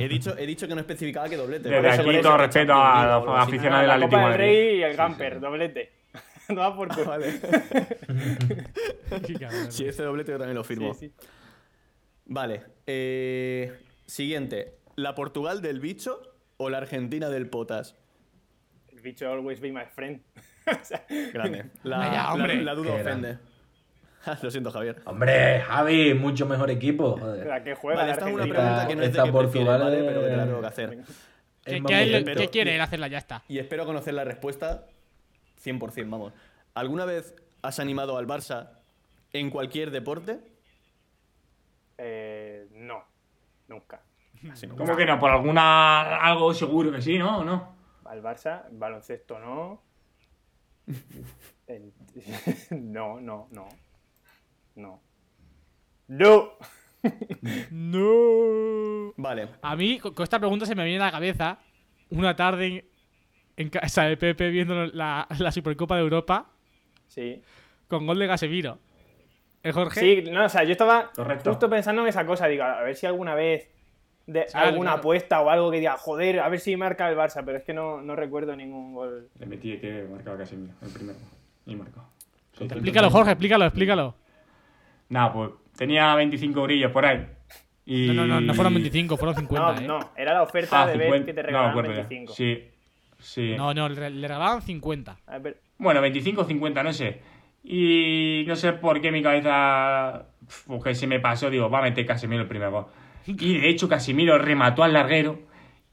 Speaker 3: He dicho, he dicho que no especificaba que doblete.
Speaker 5: Desde
Speaker 3: por eso- por
Speaker 5: aquí
Speaker 3: eso
Speaker 5: todo
Speaker 3: que
Speaker 5: respeto
Speaker 3: Champions
Speaker 5: a
Speaker 3: digo,
Speaker 5: los
Speaker 3: algo así.
Speaker 5: aficionados del
Speaker 6: la
Speaker 5: Atlético
Speaker 6: Copa
Speaker 5: de
Speaker 6: del
Speaker 5: Madrid.
Speaker 6: Rey y el Gamper, doblete. no va por culo.
Speaker 2: Qué cabrón.
Speaker 3: Si ese doblete yo también lo firmo.
Speaker 6: Sí, sí.
Speaker 3: Vale. eh, siguiente. ¿La Portugal del bicho o la Argentina del potas?
Speaker 6: El bicho always be my friend. O sea,
Speaker 3: Grande. La,
Speaker 2: Vaya,
Speaker 3: la-
Speaker 2: hombre.
Speaker 3: la duda
Speaker 4: Qué
Speaker 3: ofende. lo siento, Javier.
Speaker 4: Hombre, Javi, mucho mejor equipo. Joder.
Speaker 6: la que juega
Speaker 3: Vale,
Speaker 6: la
Speaker 3: esta es una
Speaker 6: Argentina.
Speaker 3: pregunta que no es de
Speaker 4: Esta
Speaker 3: qué prefieres,
Speaker 4: Portugal,
Speaker 3: ¿vale? Pero que te la
Speaker 4: eh,
Speaker 3: tengo que hacer.
Speaker 2: ¿Qué,
Speaker 4: Es
Speaker 2: qué-
Speaker 4: más
Speaker 3: el-
Speaker 4: bonito.
Speaker 2: qué
Speaker 3: pero-
Speaker 2: quiere él hacerla? Ya está.
Speaker 3: Y espero conocer la respuesta 100%, vamos. ¿Alguna vez has animado al Barça en cualquier deporte?
Speaker 6: Eh, no, nunca.
Speaker 3: Así no.
Speaker 5: ¿Cómo que no? Por alguna algo seguro que sí, ¿no? ¿O no?
Speaker 6: Al Barça, baloncesto no. El- No, no, no. No. No.
Speaker 2: No.
Speaker 3: Vale.
Speaker 2: A mí, con, con esta pregunta se me viene a la cabeza una tarde en, en casa de Pepe viendo la, la Supercopa de Europa
Speaker 6: Sí.
Speaker 2: con gol de Gaseviro. ¿El Jorge?
Speaker 6: Sí, no, o sea, yo estaba
Speaker 5: Correcto.
Speaker 6: justo pensando en esa cosa. Digo, a ver si alguna vez de
Speaker 2: Claro,
Speaker 6: alguna
Speaker 2: claro.
Speaker 6: apuesta o algo que diga, joder, a ver si marca el Barça, pero es que no, no recuerdo ningún gol.
Speaker 5: Le metí que marcaba casi mira, el primero. Y marcó.
Speaker 2: Explícalo, Jorge, explícalo, explícalo.
Speaker 5: Nada, pues tenía 25 brillos por ahí. Y...
Speaker 2: No, no, no, no fueron 25, fueron 50.
Speaker 6: no,
Speaker 2: ¿eh?
Speaker 6: no, era la oferta
Speaker 5: Ah,
Speaker 6: de
Speaker 5: 50.
Speaker 6: ver que te
Speaker 5: no,
Speaker 6: regalaban
Speaker 5: me acuerdo ya.
Speaker 6: 25.
Speaker 5: Sí, sí.
Speaker 2: No, no, le, le regalaban 50.
Speaker 6: A ver,
Speaker 5: Bueno, 25 o 50, no sé. Y no sé por qué mi cabeza. Porque se me pasó, digo, va a meter Casemiro el primer gol. Y de hecho, Casemiro remató al larguero.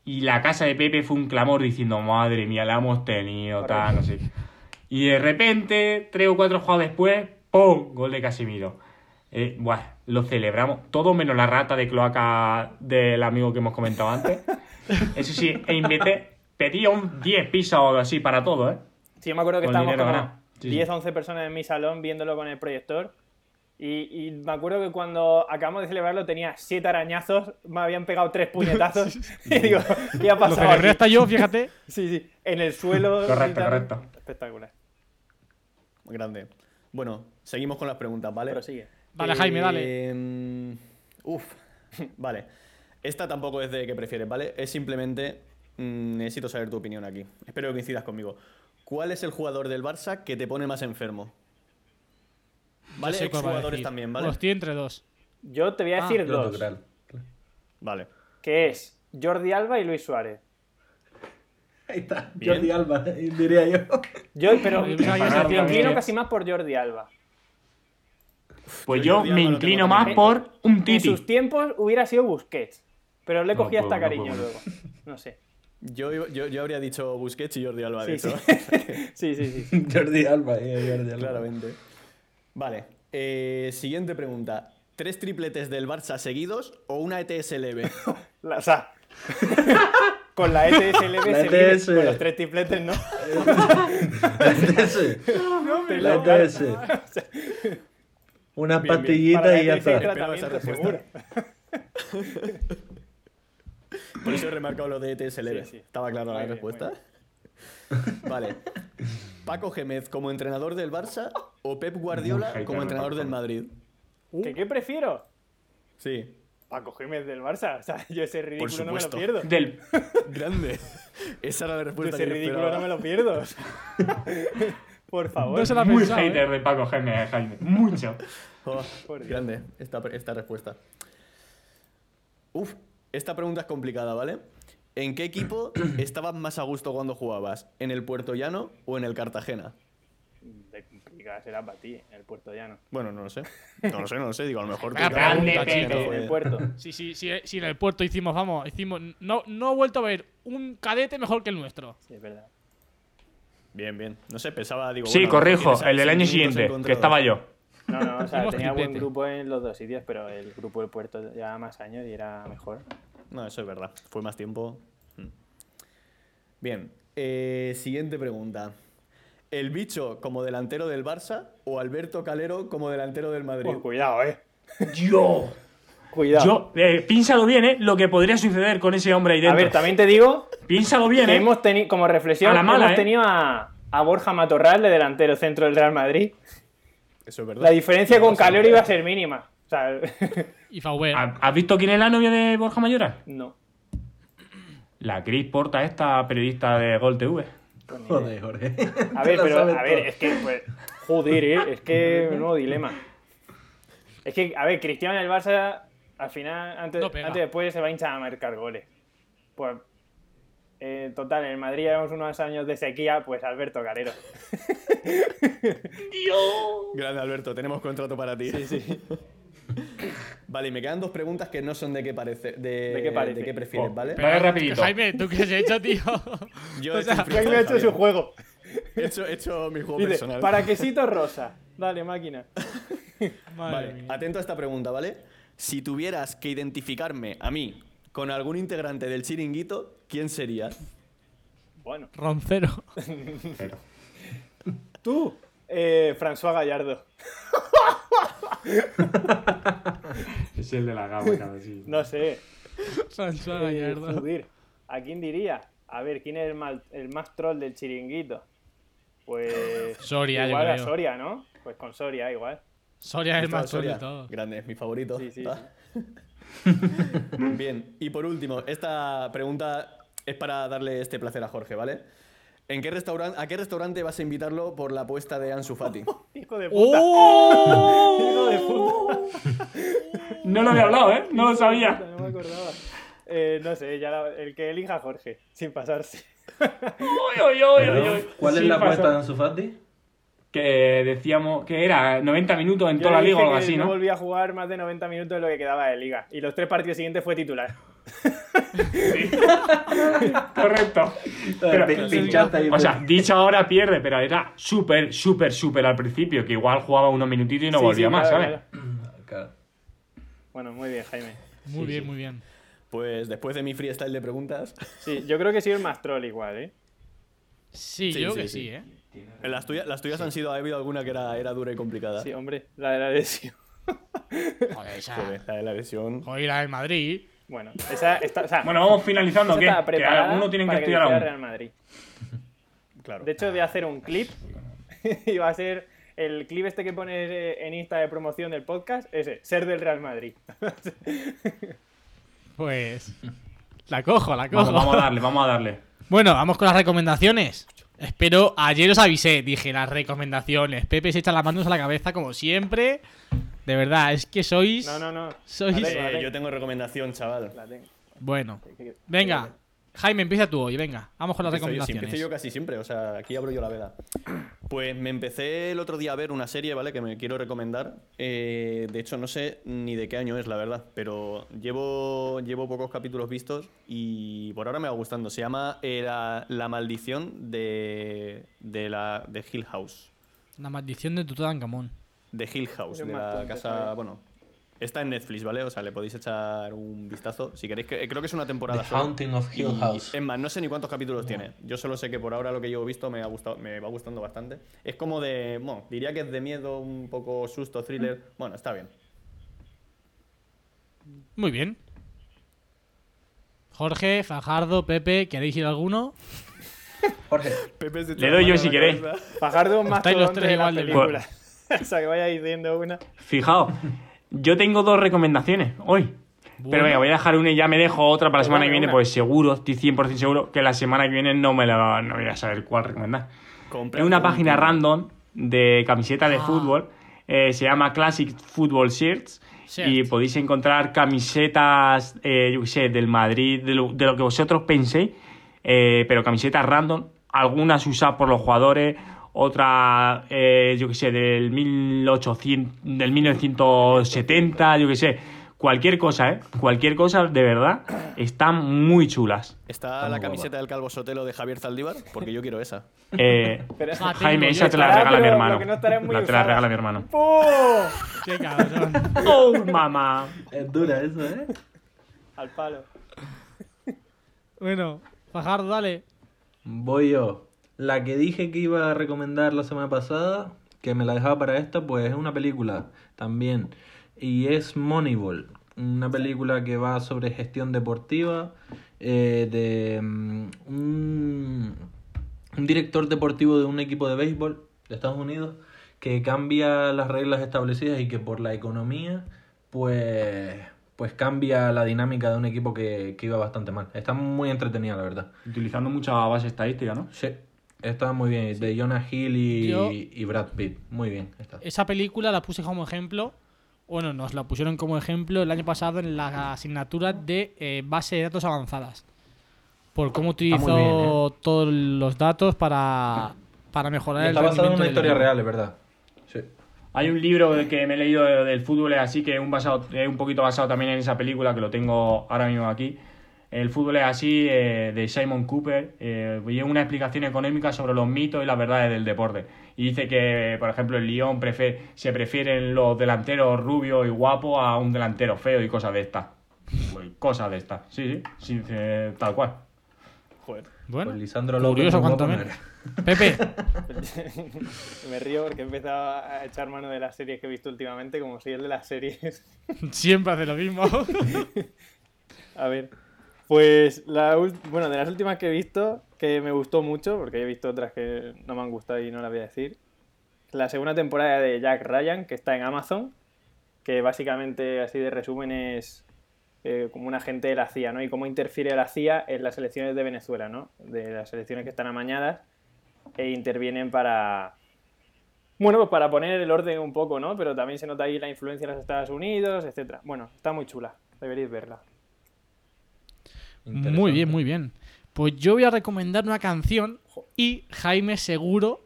Speaker 5: Y la casa de Pepe fue un clamor diciendo, madre mía, la hemos tenido, tal, no sé. Y de repente, tres o cuatro jugadas después, ¡pum! Gol de Casemiro. Eh, buah, lo celebramos. Todo menos la rata de cloaca del amigo que hemos comentado antes. Eso sí, e invité, pedí un 10 pisos o algo así para todo, ¿eh?
Speaker 6: Sí, yo me acuerdo que
Speaker 5: Con
Speaker 6: estábamos
Speaker 5: dinero
Speaker 6: como
Speaker 5: ganado. Sí, sí.
Speaker 6: 10 o 11 personas en mi salón viéndolo con el proyector. Y, y me acuerdo que cuando acabamos de celebrarlo tenía siete arañazos, me habían pegado tres puñetazos. y digo, ¿qué ha
Speaker 2: Lo
Speaker 6: pasado?
Speaker 2: celebré
Speaker 6: aquí?
Speaker 2: hasta yo, fíjate.
Speaker 6: Sí, sí, en el suelo.
Speaker 5: Correcto,
Speaker 6: gritando.
Speaker 5: correcto.
Speaker 6: Espectacular.
Speaker 3: Grande. Bueno, seguimos con las preguntas, ¿vale?
Speaker 6: Pero sigue.
Speaker 2: Dale, Jaime, dale.
Speaker 3: dale. Em, Uf, vale. Esta tampoco es de qué prefieres, ¿vale? Es simplemente. mm, necesito saber tu opinión aquí. Espero que coincidas conmigo. ¿Cuál es el jugador del Barça que te pone más enfermo?
Speaker 2: Yo
Speaker 3: ¿Vale?
Speaker 2: sé cuál va a
Speaker 3: Exjugadores
Speaker 2: decir.
Speaker 3: también, ¿vale?
Speaker 2: Los estoy entre dos.
Speaker 6: Yo te voy a decir
Speaker 4: Yo
Speaker 6: dos,
Speaker 4: total.
Speaker 3: Vale.
Speaker 6: que es Jordi Alba y Luis Suárez.
Speaker 4: Ahí está,
Speaker 3: Bien.
Speaker 4: Jordi Alba, diría yo.
Speaker 6: yo, pero
Speaker 2: Yo pensaba que ibas a
Speaker 5: decir
Speaker 6: me inclino
Speaker 5: Ramírez.
Speaker 6: casi más por Jordi Alba.
Speaker 5: Pues
Speaker 3: Yo
Speaker 5: yo
Speaker 3: Jordi Alba
Speaker 5: me
Speaker 3: lo tengo
Speaker 5: inclino
Speaker 3: también.
Speaker 5: más por un
Speaker 6: En
Speaker 5: Titi.
Speaker 6: sus tiempos hubiera sido Busquets, pero le
Speaker 5: No
Speaker 6: cogía hasta
Speaker 5: puedo, no
Speaker 6: cariño
Speaker 5: puedo.
Speaker 6: luego. No sé.
Speaker 3: Yo, yo, yo habría dicho Busquets y Jordi Alba, de
Speaker 6: Sí, sí.
Speaker 3: hecho.
Speaker 6: sí, sí, sí.
Speaker 4: Jordi Alba, eh, Jordi Alba.
Speaker 3: Claramente. Vale. eh, siguiente pregunta. ¿Tres tripletes del Barça seguidos o una ETS leve?
Speaker 6: La- o sea, con la E ETSLB
Speaker 4: La
Speaker 6: se vive
Speaker 4: ETS.
Speaker 6: con los tres tripletes, ¿no?
Speaker 4: E La ETS. La ETS.
Speaker 7: unas
Speaker 3: Bien, bien.
Speaker 7: pastillitas
Speaker 6: Para
Speaker 7: y ya
Speaker 6: gente sin
Speaker 7: está.
Speaker 3: Esperaba esa
Speaker 6: tratamiento, seguro.
Speaker 3: respuesta. Por eso he remarcado lo de E ETS leve.
Speaker 6: Sí, sí.
Speaker 3: Estaba clara
Speaker 6: Muy
Speaker 3: la
Speaker 6: bien,
Speaker 3: respuesta. Vale. Paco Gémez como entrenador del Barça o Pep
Speaker 5: Muy
Speaker 3: Guardiola
Speaker 5: hater,
Speaker 3: como entrenador
Speaker 5: Paco
Speaker 3: del
Speaker 5: Gémez.
Speaker 3: Madrid.
Speaker 6: ¿Que qué prefiero?
Speaker 3: Sí.
Speaker 6: Paco Jiménez del Barça. O sea, yo ese ridículo no me lo
Speaker 3: supuesto.
Speaker 6: pierdo.
Speaker 5: Del
Speaker 3: Grande. Esa era la
Speaker 6: Yo
Speaker 3: respuesta
Speaker 6: ese
Speaker 3: que yo
Speaker 6: ridículo
Speaker 3: esperaba.
Speaker 6: no me lo pierdo. o sea. Por favor.
Speaker 2: No se la ha
Speaker 5: muy
Speaker 2: pensado, ¿eh?
Speaker 5: hater de Paco Gémez, Jaime. Mucho.
Speaker 3: Oh,
Speaker 6: Por Dios.
Speaker 3: grande esta, esta respuesta. Uf, esta pregunta es complicada, ¿vale? ¿En qué equipo estabas más a gusto cuando jugabas? ¿En el Puerto Llano o en el Cartagena?
Speaker 6: De complicada será para ti, en el puerto llano.
Speaker 3: Bueno, no lo sé. No lo sé, no lo sé. Digo, a lo mejor.
Speaker 2: Ah,
Speaker 3: te-
Speaker 5: grande,
Speaker 3: la
Speaker 5: Pepe.
Speaker 3: chica fue-
Speaker 6: En
Speaker 2: pues.
Speaker 6: el puerto.
Speaker 2: Sí, sí, sí, eh, sí, en el puerto hicimos, vamos, hicimos. No, no he vuelto a ver un cadete mejor que el nuestro.
Speaker 6: Sí, es verdad.
Speaker 3: Bien, bien. No sé, pensaba, digo.
Speaker 5: Sí,
Speaker 3: bueno,
Speaker 5: corrijo,
Speaker 3: tienes ahí
Speaker 5: el del año
Speaker 3: sentimientos
Speaker 5: siguiente, que
Speaker 3: encontrados.
Speaker 5: estaba yo.
Speaker 6: No, no, o sea,
Speaker 2: Hicimos
Speaker 6: tenía buen
Speaker 2: triplete.
Speaker 6: grupo en los dos sitios, pero el grupo del puerto llevaba más años y era mejor.
Speaker 3: No, eso es verdad. Fue más tiempo. Mm. Bien. eh, siguiente pregunta. ¿El bicho como delantero del Barça o Alberto Calero como delantero del Madrid?
Speaker 6: Pues cuidado, eh.
Speaker 5: Yo.
Speaker 6: Cuidado.
Speaker 5: Yo, eh, piénsalo bien, ¿eh? Lo que podría suceder con ese hombre ahí
Speaker 6: a
Speaker 5: dentro.
Speaker 6: ver, también te digo
Speaker 5: Piénsalo bien,
Speaker 6: que
Speaker 5: ¿eh?
Speaker 6: hemos tenido, como
Speaker 5: A
Speaker 6: reflexión,
Speaker 5: la mala,
Speaker 6: hemos
Speaker 5: ¿eh?
Speaker 6: tenido a, a Borja Matorral de delantero centro del Real Madrid.
Speaker 3: Eso es verdad.
Speaker 6: La diferencia con Calero iba a ser mínima. O sea,
Speaker 2: Y Fauber.
Speaker 5: eh. ¿Ha- ¿Has visto quién es la novia de Borja Mayora?
Speaker 6: no.
Speaker 5: La Cris Porta, esta periodista de Gol TV.
Speaker 6: pues ni idea.
Speaker 7: Joder, Jorge.
Speaker 6: A
Speaker 7: Te
Speaker 6: ver,
Speaker 7: la
Speaker 6: pero,
Speaker 7: sabes
Speaker 6: a ver,
Speaker 7: todas.
Speaker 6: es que, pues, joder, ¿eh? es que, nuevo dilema. Es que, a ver, Cristiano en el Barça, al final, antes,
Speaker 2: No pega.
Speaker 6: antes o después se va a hinchar a marcar goles. Pues, eh, total, en el Madrid llevamos unos años de sequía, pues Alberto Calero.
Speaker 3: Grande, Alberto. Tenemos contrato para ti. Sí, sí. vale, y me quedan dos preguntas que no son de qué, parece, de,
Speaker 6: ¿De qué parece?
Speaker 3: de prefieres,
Speaker 5: Oh,
Speaker 3: ¿vale?
Speaker 5: Vale, rapidito.
Speaker 2: Ah, Jaime, ¿tú qué has hecho, tío?
Speaker 3: Yo
Speaker 2: o
Speaker 3: he
Speaker 2: sea,
Speaker 3: hecho, un
Speaker 6: Jaime ha hecho
Speaker 3: freestyle,
Speaker 6: su juego.
Speaker 3: He hecho, he hecho mi juego
Speaker 6: Dice,
Speaker 3: personal.
Speaker 6: paraquesito rosa. Dale, máquina.
Speaker 2: Madre
Speaker 3: Vale,
Speaker 2: mía.
Speaker 3: atento a esta pregunta, ¿vale? Si tuvieras que identificarme a mí con algún integrante del chiringuito, ¿quién sería?
Speaker 6: Bueno,
Speaker 2: Roncero.
Speaker 6: tú, eh, François Gallardo.
Speaker 5: Es el de la gama, cabrón, sí.
Speaker 6: No sé.
Speaker 2: François
Speaker 6: Eh,
Speaker 2: Gallardo.
Speaker 6: joder, ¿A quién diría? A ver, ¿quién es el, mal- el más troll del chiringuito? Pues.
Speaker 2: Soria, yo
Speaker 6: Igual a
Speaker 2: creo.
Speaker 6: Soria, ¿no? Pues con Soria, igual.
Speaker 2: Soria es el
Speaker 3: Gustavo
Speaker 2: más troll de
Speaker 3: Soria.
Speaker 2: todos.
Speaker 3: Grande, es mi favorito.
Speaker 6: Sí, sí,
Speaker 3: ¿va? Bien, y por último, esta pregunta es para darle este placer a Jorge, ¿vale? ¿En qué restauran- ¿A qué restaurante vas a invitarlo por la apuesta de Ansu Fati?
Speaker 6: Hijo de puta.
Speaker 2: ¡Oh!
Speaker 5: No lo había hablado, ¿eh? No lo
Speaker 6: Puta,
Speaker 5: sabía.
Speaker 6: No me acordaba. Eh, no sé, ya la- el que elija Jorge, sin pasarse.
Speaker 5: Uy, uy, uy, uy,
Speaker 7: Pero,
Speaker 5: uy.
Speaker 7: ¿Cuál es
Speaker 5: Sí,
Speaker 7: la
Speaker 5: pasó.
Speaker 7: apuesta de Ansu Fati?
Speaker 5: Que decíamos que era 90 minutos en
Speaker 6: Yo
Speaker 5: toda
Speaker 6: le
Speaker 5: la liga o
Speaker 6: dije
Speaker 5: algo
Speaker 6: que
Speaker 5: así,
Speaker 6: No
Speaker 5: ¿no?
Speaker 6: volví a jugar más de 90 minutos de lo que quedaba de liga. Y los tres partidos siguientes fue titular.
Speaker 5: Correcto. Pero-
Speaker 7: Pin- pinchaste ahí.
Speaker 5: O sea, dicho ahora pierde, pero era súper, súper, súper al principio, que igual jugaba unos minutitos y no
Speaker 6: Sí,
Speaker 5: volvía
Speaker 6: sí,
Speaker 5: más,
Speaker 6: claro,
Speaker 5: ¿sabes?
Speaker 6: claro.
Speaker 7: Claro.
Speaker 6: Bueno, muy bien, Jaime.
Speaker 2: Muy bien, muy bien.
Speaker 3: Pues después de mi freestyle de preguntas,
Speaker 6: Sí, yo creo que soy el más troll igual, ¿eh?
Speaker 2: Sí,
Speaker 3: Sí,
Speaker 2: yo
Speaker 3: sí,
Speaker 2: que
Speaker 3: sí.
Speaker 2: sí, ¿eh?
Speaker 3: las tuyas, las tuyas han sido, ha habido alguna que era, era dura y complicada.
Speaker 6: Sí, hombre, la de la lesión.
Speaker 2: Joder, esa.
Speaker 3: Joder, la de la lesión.
Speaker 2: Joder, la del Madrid.
Speaker 6: Bueno, esa está. O sea,
Speaker 5: Bueno, vamos finalizando,
Speaker 6: esa
Speaker 5: ¿qué?
Speaker 6: estaba
Speaker 5: Que
Speaker 6: preparada
Speaker 5: algunos tienen que
Speaker 6: para que
Speaker 5: estudiar
Speaker 6: dijera
Speaker 5: aún.
Speaker 6: Real Madrid.
Speaker 3: Claro.
Speaker 6: De hecho, voy a hacer un clip y va a ser el clip este que pones eh, en Insta de promoción del podcast, ese, ser del Real Madrid.
Speaker 2: Pues. La cojo, la cojo.
Speaker 5: Vamos, vamos a darle, vamos a darle.
Speaker 2: Bueno, vamos con las recomendaciones. Espero, ayer os avisé, dije las recomendaciones. Pepe se echa las manos a la cabeza como siempre. De verdad, es que sois.
Speaker 6: No, no, no.
Speaker 2: Sois-
Speaker 6: La tengo, la
Speaker 3: Eh,
Speaker 6: tengo,
Speaker 3: yo tengo recomendación, chaval.
Speaker 6: la tengo.
Speaker 2: Bueno, venga. Jaime, empieza tú hoy, venga. Vamos con las
Speaker 3: Empiezo yo, sí,
Speaker 2: recomendaciones.
Speaker 3: empiezo yo casi siempre, o sea, aquí abro yo la veda. Pues me empecé el otro día a ver una serie, ¿vale? Que me quiero recomendar. Eh, de hecho, no sé ni de qué año es, la verdad, pero llevo, llevo pocos capítulos vistos y por ahora me va gustando. Se llama eh, la, La maldición de, de, la, de Hill House.
Speaker 2: La maldición de Tutankamón.
Speaker 3: De Hill House,
Speaker 6: Eres
Speaker 3: de
Speaker 6: más
Speaker 3: la
Speaker 6: tonto,
Speaker 3: casa,
Speaker 6: Javier.
Speaker 3: bueno, Está en Netflix, ¿vale? O sea, le podéis echar un vistazo. Si queréis, que, eh, creo que es una temporada.
Speaker 4: The
Speaker 3: solo.
Speaker 4: Haunting of Hill
Speaker 3: Y,
Speaker 4: House.
Speaker 3: Es más, no sé ni cuántos capítulos tiene. Yo solo sé que por ahora lo que yo he visto me, ha gustado, me va gustando bastante. Es como de. Bueno, diría que es de miedo, un poco susto, thriller. Bueno, está bien.
Speaker 2: Muy bien. Jorge, Fajardo, Pepe, ¿queréis ir alguno?
Speaker 4: Jorge,
Speaker 3: Pepe se echa
Speaker 5: Le doy
Speaker 3: la
Speaker 5: yo
Speaker 3: mano
Speaker 5: si
Speaker 3: a la
Speaker 5: queréis.
Speaker 3: cabeza.
Speaker 6: Fajardo más
Speaker 2: Estáis los
Speaker 6: todo
Speaker 2: tres
Speaker 6: de
Speaker 2: igual
Speaker 6: la
Speaker 2: de bien.
Speaker 6: película. o sea, que vaya diciendo una.
Speaker 5: Fijaos, yo tengo dos recomendaciones hoy. Pero
Speaker 2: Bueno.
Speaker 5: venga, voy a dejar una y ya me dejo otra para la
Speaker 6: Pues
Speaker 5: semana
Speaker 6: dame
Speaker 5: que viene,
Speaker 6: una.
Speaker 5: pues seguro, estoy 100% seguro que la semana que viene no me la no voy a saber cuál recomendar.
Speaker 3: Compra
Speaker 5: Es una
Speaker 3: un-
Speaker 5: página random de camisetas de
Speaker 2: Ah.
Speaker 5: fútbol, eh, se llama Classic Football Shirts
Speaker 2: Shirts.
Speaker 5: y podéis encontrar camisetas, eh, yo qué sé, del Madrid, de lo, de lo que vosotros penséis, eh, pero camisetas random, algunas usadas por los jugadores, otras, eh, yo qué sé, del, 1800, del 1970, yo qué sé, cualquier cosa, ¿eh? Cualquier cosa, de verdad, están muy chulas.
Speaker 3: Está la camiseta del Calvo Sotelo de Javier Zaldívar, porque yo quiero esa.
Speaker 5: Eh,
Speaker 6: Pero-
Speaker 2: Ah, tengo
Speaker 5: Jaime,
Speaker 2: yo
Speaker 5: esa te la
Speaker 6: esta.
Speaker 5: regala mi
Speaker 6: Pero lo
Speaker 5: hermano.
Speaker 6: que no estará es muy
Speaker 5: La- te la
Speaker 6: usada.
Speaker 5: regala mi hermano.
Speaker 6: ¡Oh!
Speaker 2: Qué cabrón.
Speaker 5: ¡Oh, mamá!
Speaker 4: es dura eso, ¿eh?
Speaker 6: Al palo.
Speaker 2: bueno, Fajardo, dale.
Speaker 4: Voy yo. La que dije que iba a recomendar la semana pasada, que me la dejaba para esta, pues es una película también. Y es Moneyball. Una película que va sobre gestión deportiva eh, de mm, un, un director deportivo de un equipo de béisbol de Estados Unidos que cambia las reglas establecidas y que por la economía pues, pues cambia la dinámica de un equipo que, que iba bastante mal. Está muy entretenida, la verdad.
Speaker 5: Utilizando mucha base estadística, ¿no?
Speaker 4: Sí, estaba muy bien. De Jonah Hill y,
Speaker 2: Yo-
Speaker 4: y Brad Pitt. Muy bien. Está.
Speaker 2: Esa película la puse como ejemplo. Bueno, nos la pusieron como ejemplo el año pasado en la asignatura de eh, base de datos avanzadas. Por cómo
Speaker 4: muy
Speaker 2: utilizó todos los datos para, para mejorar el
Speaker 4: Está basado
Speaker 2: rendimiento
Speaker 4: en una
Speaker 2: del
Speaker 4: historia
Speaker 2: equipo.
Speaker 4: real, es verdad. Sí.
Speaker 5: Hay un libro del que me he leído de- del fútbol, es así que un, basado, eh, un poquito basado también en esa película, que lo tengo ahora mismo aquí. El fútbol es así, eh, de Simon Cooper, eh, y es una explicación económica sobre los mitos y las verdades del deporte. Y dice que, por ejemplo, en Lyon prefe- se prefieren los delanteros rubios y guapos a un delantero feo y cosas de estas. Pues, Cosas de estas, sí, sí, sin- eh, tal cual.
Speaker 3: Joder.
Speaker 2: Bueno,
Speaker 4: Pues Lisandro López
Speaker 2: curioso
Speaker 4: muy
Speaker 2: cuanto
Speaker 4: guapo
Speaker 2: menos.
Speaker 4: no
Speaker 2: Pepe,
Speaker 6: Me río porque he empezado a echar mano de las series que he visto últimamente, como soy el de las series.
Speaker 2: siempre hace lo mismo.
Speaker 6: A ver. Pues, la, ul- bueno, de las últimas que he visto, que me gustó mucho, porque he visto otras que no me han gustado y no las voy a decir. La segunda temporada de Jack Ryan, que está en Amazon, que básicamente, así de resumen, es eh, como un agente de la CIA, ¿no? Y cómo interfiere la CIA en las elecciones de Venezuela, ¿no? De las elecciones que están amañadas e intervienen para, bueno, pues para poner el orden un poco, ¿no? Pero también se nota ahí la influencia de los Estados Unidos, etcétera. Bueno, está muy chula, deberéis verla.
Speaker 4: era.
Speaker 2: muy bien, muy bien. Pues yo voy a recomendar una canción y Jaime seguro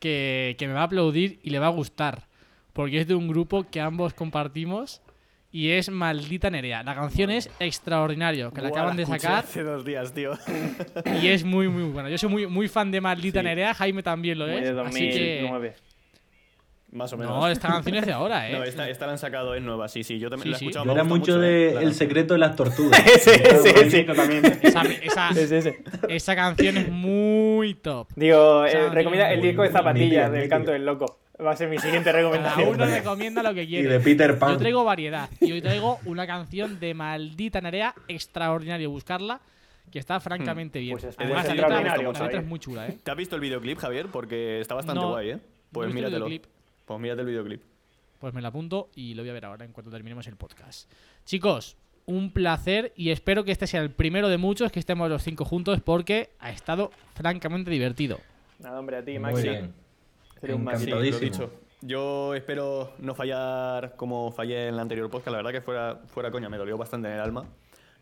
Speaker 2: que, que me va a aplaudir y le va a gustar. Porque es de un grupo que ambos compartimos y es Maldita Nerea. La canción es Extraordinario, que la
Speaker 3: Buah,
Speaker 2: acaban de
Speaker 3: escuché
Speaker 2: sacar
Speaker 3: Hace dos días, tío.
Speaker 2: y es muy, muy buena. Yo soy muy, muy fan de Maldita
Speaker 3: Sí.
Speaker 2: Nerea, Jaime también lo
Speaker 6: Muy
Speaker 2: es.
Speaker 6: de
Speaker 2: así que...
Speaker 6: 2009.
Speaker 3: Más o menos.
Speaker 2: No, esta canción es de ahora, ¿eh?
Speaker 3: No, esta, esta la han sacado, es nueva, sí, sí. Yo también
Speaker 2: Sí,
Speaker 3: la he
Speaker 2: sí.
Speaker 3: escuchado.
Speaker 4: Yo
Speaker 3: me
Speaker 4: era
Speaker 3: gusta
Speaker 4: mucho
Speaker 3: mucho,
Speaker 4: de
Speaker 3: eh, la
Speaker 4: El
Speaker 3: canción.
Speaker 4: secreto de las tortugas.
Speaker 6: ese, ese.
Speaker 5: También.
Speaker 2: Esa, esa-
Speaker 6: Ese, ese.
Speaker 2: esa canción es muy top.
Speaker 6: Digo, eh,
Speaker 2: Esa
Speaker 6: recomienda el
Speaker 2: muy,
Speaker 6: disco de
Speaker 4: muy mítica,
Speaker 6: zapatillas del
Speaker 4: mítica.
Speaker 6: canto del loco. Va a ser mi siguiente
Speaker 2: Cada
Speaker 6: recomendación.
Speaker 2: uno recomienda lo que
Speaker 4: y
Speaker 2: quiere.
Speaker 4: de Peter
Speaker 2: Yo
Speaker 4: Pan.
Speaker 2: traigo variedad. Y hoy traigo una canción de maldita Nerea extraordinario. Buscarla, que está francamente bien.
Speaker 6: Pues es
Speaker 2: Además, la
Speaker 3: muy
Speaker 2: letra,
Speaker 3: extraordinario,
Speaker 2: la letra es
Speaker 6: Javier.
Speaker 2: muy chula, ¿eh?
Speaker 3: ¿Te has visto el videoclip, Javier? Porque está bastante
Speaker 2: No,
Speaker 3: guay, ¿eh?
Speaker 2: no he
Speaker 3: Pues
Speaker 2: visto el
Speaker 3: míratelo.
Speaker 2: videoclip.
Speaker 3: Pues mírate el videoclip.
Speaker 2: Pues me la apunto y lo voy a ver ahora en cuanto terminemos el podcast. Chicos, un placer y espero que este sea el primero de muchos, que estemos los cinco juntos, porque ha estado francamente divertido.
Speaker 6: Nada, hombre, a ti,
Speaker 4: Muy
Speaker 6: Maxi.
Speaker 4: bien.
Speaker 6: Eres un
Speaker 3: Sí,
Speaker 6: Maxi.
Speaker 3: lo
Speaker 4: Encantadísimo.
Speaker 3: dicho. Yo espero no fallar como fallé en el anterior podcast. La verdad que fuera, fuera coña, me dolió bastante en el alma.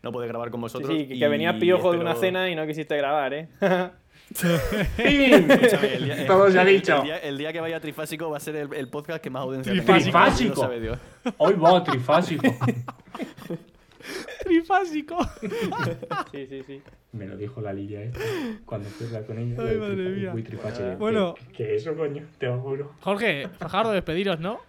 Speaker 3: No pude grabar con
Speaker 6: Sí,
Speaker 3: vosotros.
Speaker 6: sí, que
Speaker 3: y
Speaker 6: venía piojo
Speaker 2: este
Speaker 6: de una
Speaker 3: espero-
Speaker 6: cena y no quisiste grabar, ¿eh?
Speaker 3: Escúchame, el día-
Speaker 5: Todo se ha
Speaker 3: el- el
Speaker 5: dicho.
Speaker 3: día- El día que vaya trifásico va a ser el, el podcast que más audiencia
Speaker 5: Trifásico.
Speaker 3: tenga. Lo sabe Dios.
Speaker 5: Hoy va trifásico.
Speaker 2: ¡Trifásico!
Speaker 6: Sí, sí, sí.
Speaker 5: Me lo dijo la Lidia esta, cuando fui a hablar con ella.
Speaker 2: Ay,
Speaker 5: lo del
Speaker 2: madre
Speaker 5: tripa-
Speaker 2: mía.
Speaker 5: muy tripache.
Speaker 2: Bueno.
Speaker 5: Que, que eso, coño, te lo juro.
Speaker 2: Jorge, Fajardo, despediros, ¿no?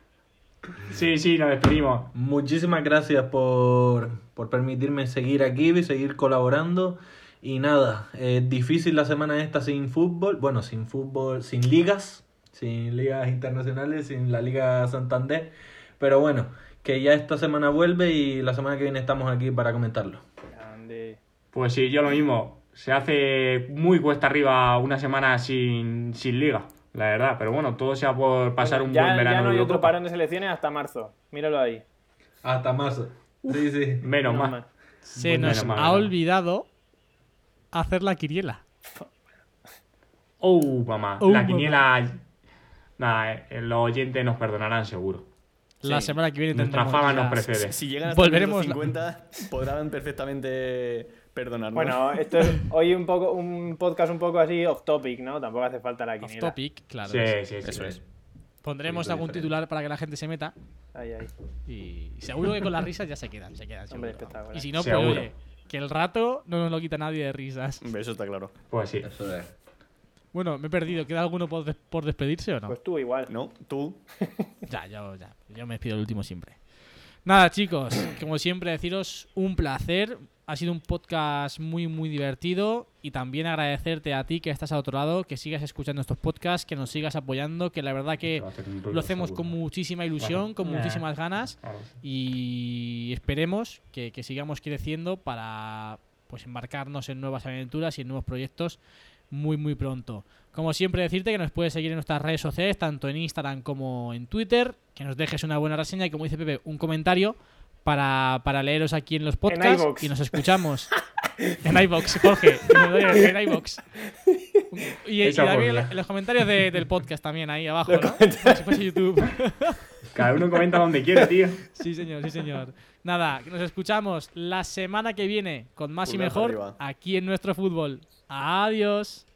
Speaker 5: Sí, sí, nos despedimos.
Speaker 4: Muchísimas gracias por, por permitirme seguir aquí y seguir colaborando. Y nada, eh, difícil la semana esta sin fútbol, bueno, sin fútbol, sin ligas, sin ligas internacionales, sin la Liga Santander. Pero bueno, que ya esta semana vuelve y la semana que viene estamos aquí para comentarlo.
Speaker 6: Grande.
Speaker 5: Pues sí, yo lo mismo. Se hace muy cuesta arriba una semana sin, sin liga, la verdad. Pero bueno, todo sea por pasar un
Speaker 6: ya,
Speaker 5: buen verano.
Speaker 6: ya no
Speaker 5: de
Speaker 6: hay otro
Speaker 5: Eurocopa.
Speaker 6: parón de selecciones hasta marzo. Míralo ahí.
Speaker 4: Hasta marzo. Sí, sí.
Speaker 5: Menos
Speaker 6: No
Speaker 5: mal.
Speaker 6: más.
Speaker 2: Se
Speaker 5: Bueno,
Speaker 2: nos
Speaker 5: menos mal,
Speaker 2: ha
Speaker 5: menos mal.
Speaker 2: olvidado hacer la quiriela.
Speaker 5: Oh, mamá.
Speaker 2: Oh,
Speaker 5: la
Speaker 2: mamá.
Speaker 5: quiniela. Nada, eh, los oyentes nos perdonarán seguro.
Speaker 2: La
Speaker 3: Sí.
Speaker 2: semana que viene
Speaker 5: Nuestra
Speaker 2: tendremos
Speaker 5: fama
Speaker 2: ya-
Speaker 5: nos precede.
Speaker 3: Si, si llegan hasta
Speaker 2: Volveremos
Speaker 3: el minuto 50, podrán perfectamente perdonarnos.
Speaker 6: Bueno, esto es hoy un poco un podcast un poco así off topic, ¿no? Tampoco hace falta la
Speaker 2: Off
Speaker 6: quiniela.
Speaker 2: topic, claro.
Speaker 5: Sí, sí, sí.
Speaker 3: eso es.
Speaker 2: Pondremos
Speaker 5: Poquito
Speaker 2: algún
Speaker 5: diferente.
Speaker 2: titular para que la gente se meta
Speaker 6: Ay, ay.
Speaker 2: y seguro que con las risas ya se quedan, se quedan. seguro.
Speaker 6: Hombre, espectacular.
Speaker 2: y si no, pues
Speaker 5: Seguro.
Speaker 2: oye, que el rato no nos lo quita nadie de risas.
Speaker 3: Hombre, Eso está claro.
Speaker 5: Pues sí.
Speaker 4: Eso es.
Speaker 2: Bueno, me he perdido. ¿Queda alguno por, des- por despedirse o no?
Speaker 6: Pues tú igual.
Speaker 3: ¿No? ¿Tú?
Speaker 2: Ya, yo, ya. Yo me despido el último siempre. Nada, chicos, como siempre, deciros un placer. Ha sido un podcast muy, muy divertido. Y también agradecerte a ti que estás a otro lado, que sigas escuchando estos podcasts, que nos sigas apoyando, que la verdad que
Speaker 5: Va a hacer un ruido,
Speaker 2: lo hacemos
Speaker 5: seguro.
Speaker 2: con muchísima ilusión, con
Speaker 5: Nah.
Speaker 2: muchísimas ganas. Y esperemos que, que sigamos creciendo para pues embarcarnos en nuevas aventuras y en nuevos proyectos muy muy pronto. Como siempre decirte que nos puedes seguir en nuestras redes sociales, tanto en Instagram como en Twitter, que nos dejes una buena reseña y como dice Pepe, un comentario para, para leeros aquí en los podcasts
Speaker 6: iVoox.
Speaker 2: y nos escuchamos. en iBox, Jorge, me doy en iVoox. Y, y
Speaker 5: Esa
Speaker 2: también
Speaker 5: burla.
Speaker 2: en los comentarios de- del podcast también ahí abajo, ¿no? Si fuese YouTube.
Speaker 5: Cada uno comenta donde quiere, tío.
Speaker 2: Sí, señor, sí, señor. Nada, que nos escuchamos la semana que viene con más y
Speaker 3: Pulgar
Speaker 2: mejor
Speaker 3: arriba.
Speaker 2: aquí en nuestro fútbol. Adiós.